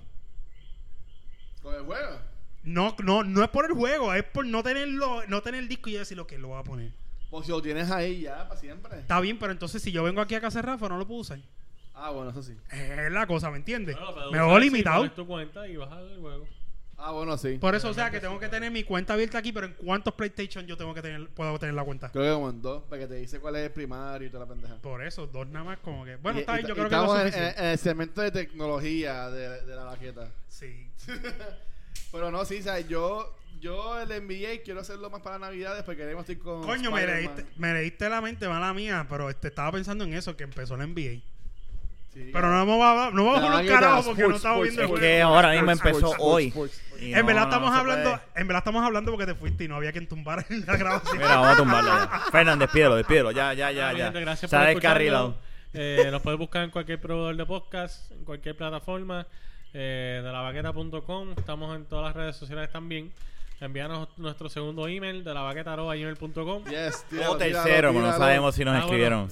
¿Con el juego? No, no, no es por el juego, es por no tenerlo, no tener el disco y yo decir lo que lo voy a poner. Pues si lo tienes ahí ya, para siempre. Está bien, pero entonces si yo vengo aquí a casa de Rafa, no lo puedo usar. Ah, bueno, eso sí. Es la cosa, ¿me entiendes? Bueno, lo puedes me usar veo si limitado. pones tu cuenta y bajas el juego. Ah, bueno, sí. Por eso, o sea, que tengo que tener mi cuenta abierta aquí, pero ¿en cuántos PlayStation yo tengo que tener, puedo tener la cuenta? Creo que como en 2, para que te dice cuál es el primario y toda la pendeja. Por eso, dos nada más como que... Bueno, Y- está y bien, yo ta- creo y que no estamos es en- suficiente. en, en el segmento de tecnología de, de la baqueta. Sí. Pero no, sí, o sea, yo, yo el NBA quiero hacerlo más para Navidades porque queremos ir con. Coño, me Spider-Man. leíste, me leíste la mente, mala mía, pero este, estaba pensando en eso, que empezó la NBA. Sí. Pero no vamos a, no vamos a La jugar un baqueta, carajo porque no sports, estamos viendo el Es sports, juego. que ahora mismo Sports, empezó sports, hoy. sports, sports. Y En no, verdad no estamos se hablando, puede. en verdad estamos hablando porque te fuiste y no había quien tumbar en la grabación. Mira, vamos a tumbarlo ya. Fernan, despídelo, despídelo. Ya, Ah, ya, Bueno, ya, mi ya. gente, Ah, gracias Se ha por descarrilado. escucharnos. Eh, nos puedes buscar en cualquier proveedor de podcast, en cualquier plataforma, eh, de lavaqueta.com. Estamos en todas las redes sociales también. Envíanos nuestro segundo email de lavaqueta.com. Yes, tíralo, tíralo, O tercero, pero no tíralo. sabemos Ah, si nos escribieron.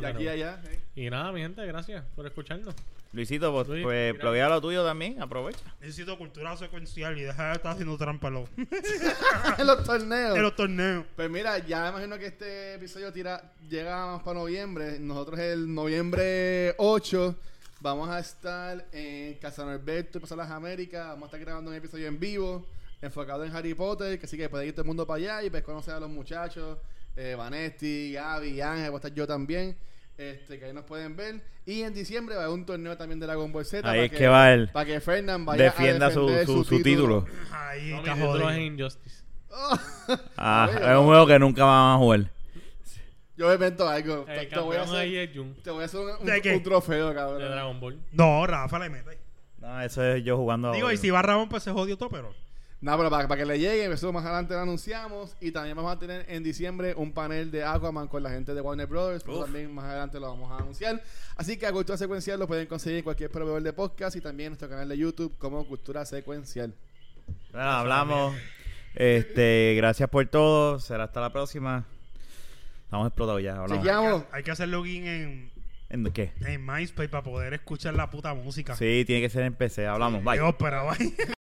De aquí a allá. eh. Y nada, mi gente, gracias por escucharnos. Luisito, pues, Luis, pues gracias. ploguea lo tuyo también, aprovecha. Necesito cultura secuencial y dejar de estar haciendo trampa en los- En Ah. los en torneos. los torneos. Pues mira, ya me imagino que este episodio tira, llega más para noviembre. Nosotros el noviembre 8 vamos a estar en Casa Norberto y Pasar las Américas. Vamos a estar grabando un episodio en vivo, enfocado en Harry Potter, que así que puede ir todo el mundo para allá y pues conocer a los muchachos, eh, Vanesti, Gaby, Ángel, voy a estar yo también. Este, que ahí nos pueden ver. Y en diciembre va a haber un torneo también de Dragon Ball Z. Ahí para es que va él. Para que Fernán vaya a Defienda su, defender su, su título. Ahí No, mi está título jodido. es Injustice. Ah, Bueno. es un juego que nunca vamos a jugar. Yo me invento algo. te, El voy a Eh, campeón hacer, ahí es Jun, te voy a hacer un, un- ¿De qué? un trofeo, cabrón. de Dragon Ball. No, Rafa le mete. No, eso es yo jugando Digo, ahora. y si va Ramón, pues se jodió todo, pero. No, pero para, para que le llegue, eso más adelante lo anunciamos. Y también vamos a tener en diciembre un panel de Aquaman con la gente de Warner Brothers. Eso Uf. También más adelante lo vamos a anunciar. Así que a Cultura Secuencial lo pueden conseguir en cualquier proveedor de podcast y también en nuestro canal de YouTube como Cultura Secuencial. Bueno, hablamos. Este, gracias por todo. Será hasta la próxima. Estamos explotados ya. Hablamos. Chequeamos. Hay que hacer login en, ¿En qué? en MySpace para poder escuchar la puta música. Sí, tiene que ser en PC. Hablamos. Bye. Dios, pero vaya.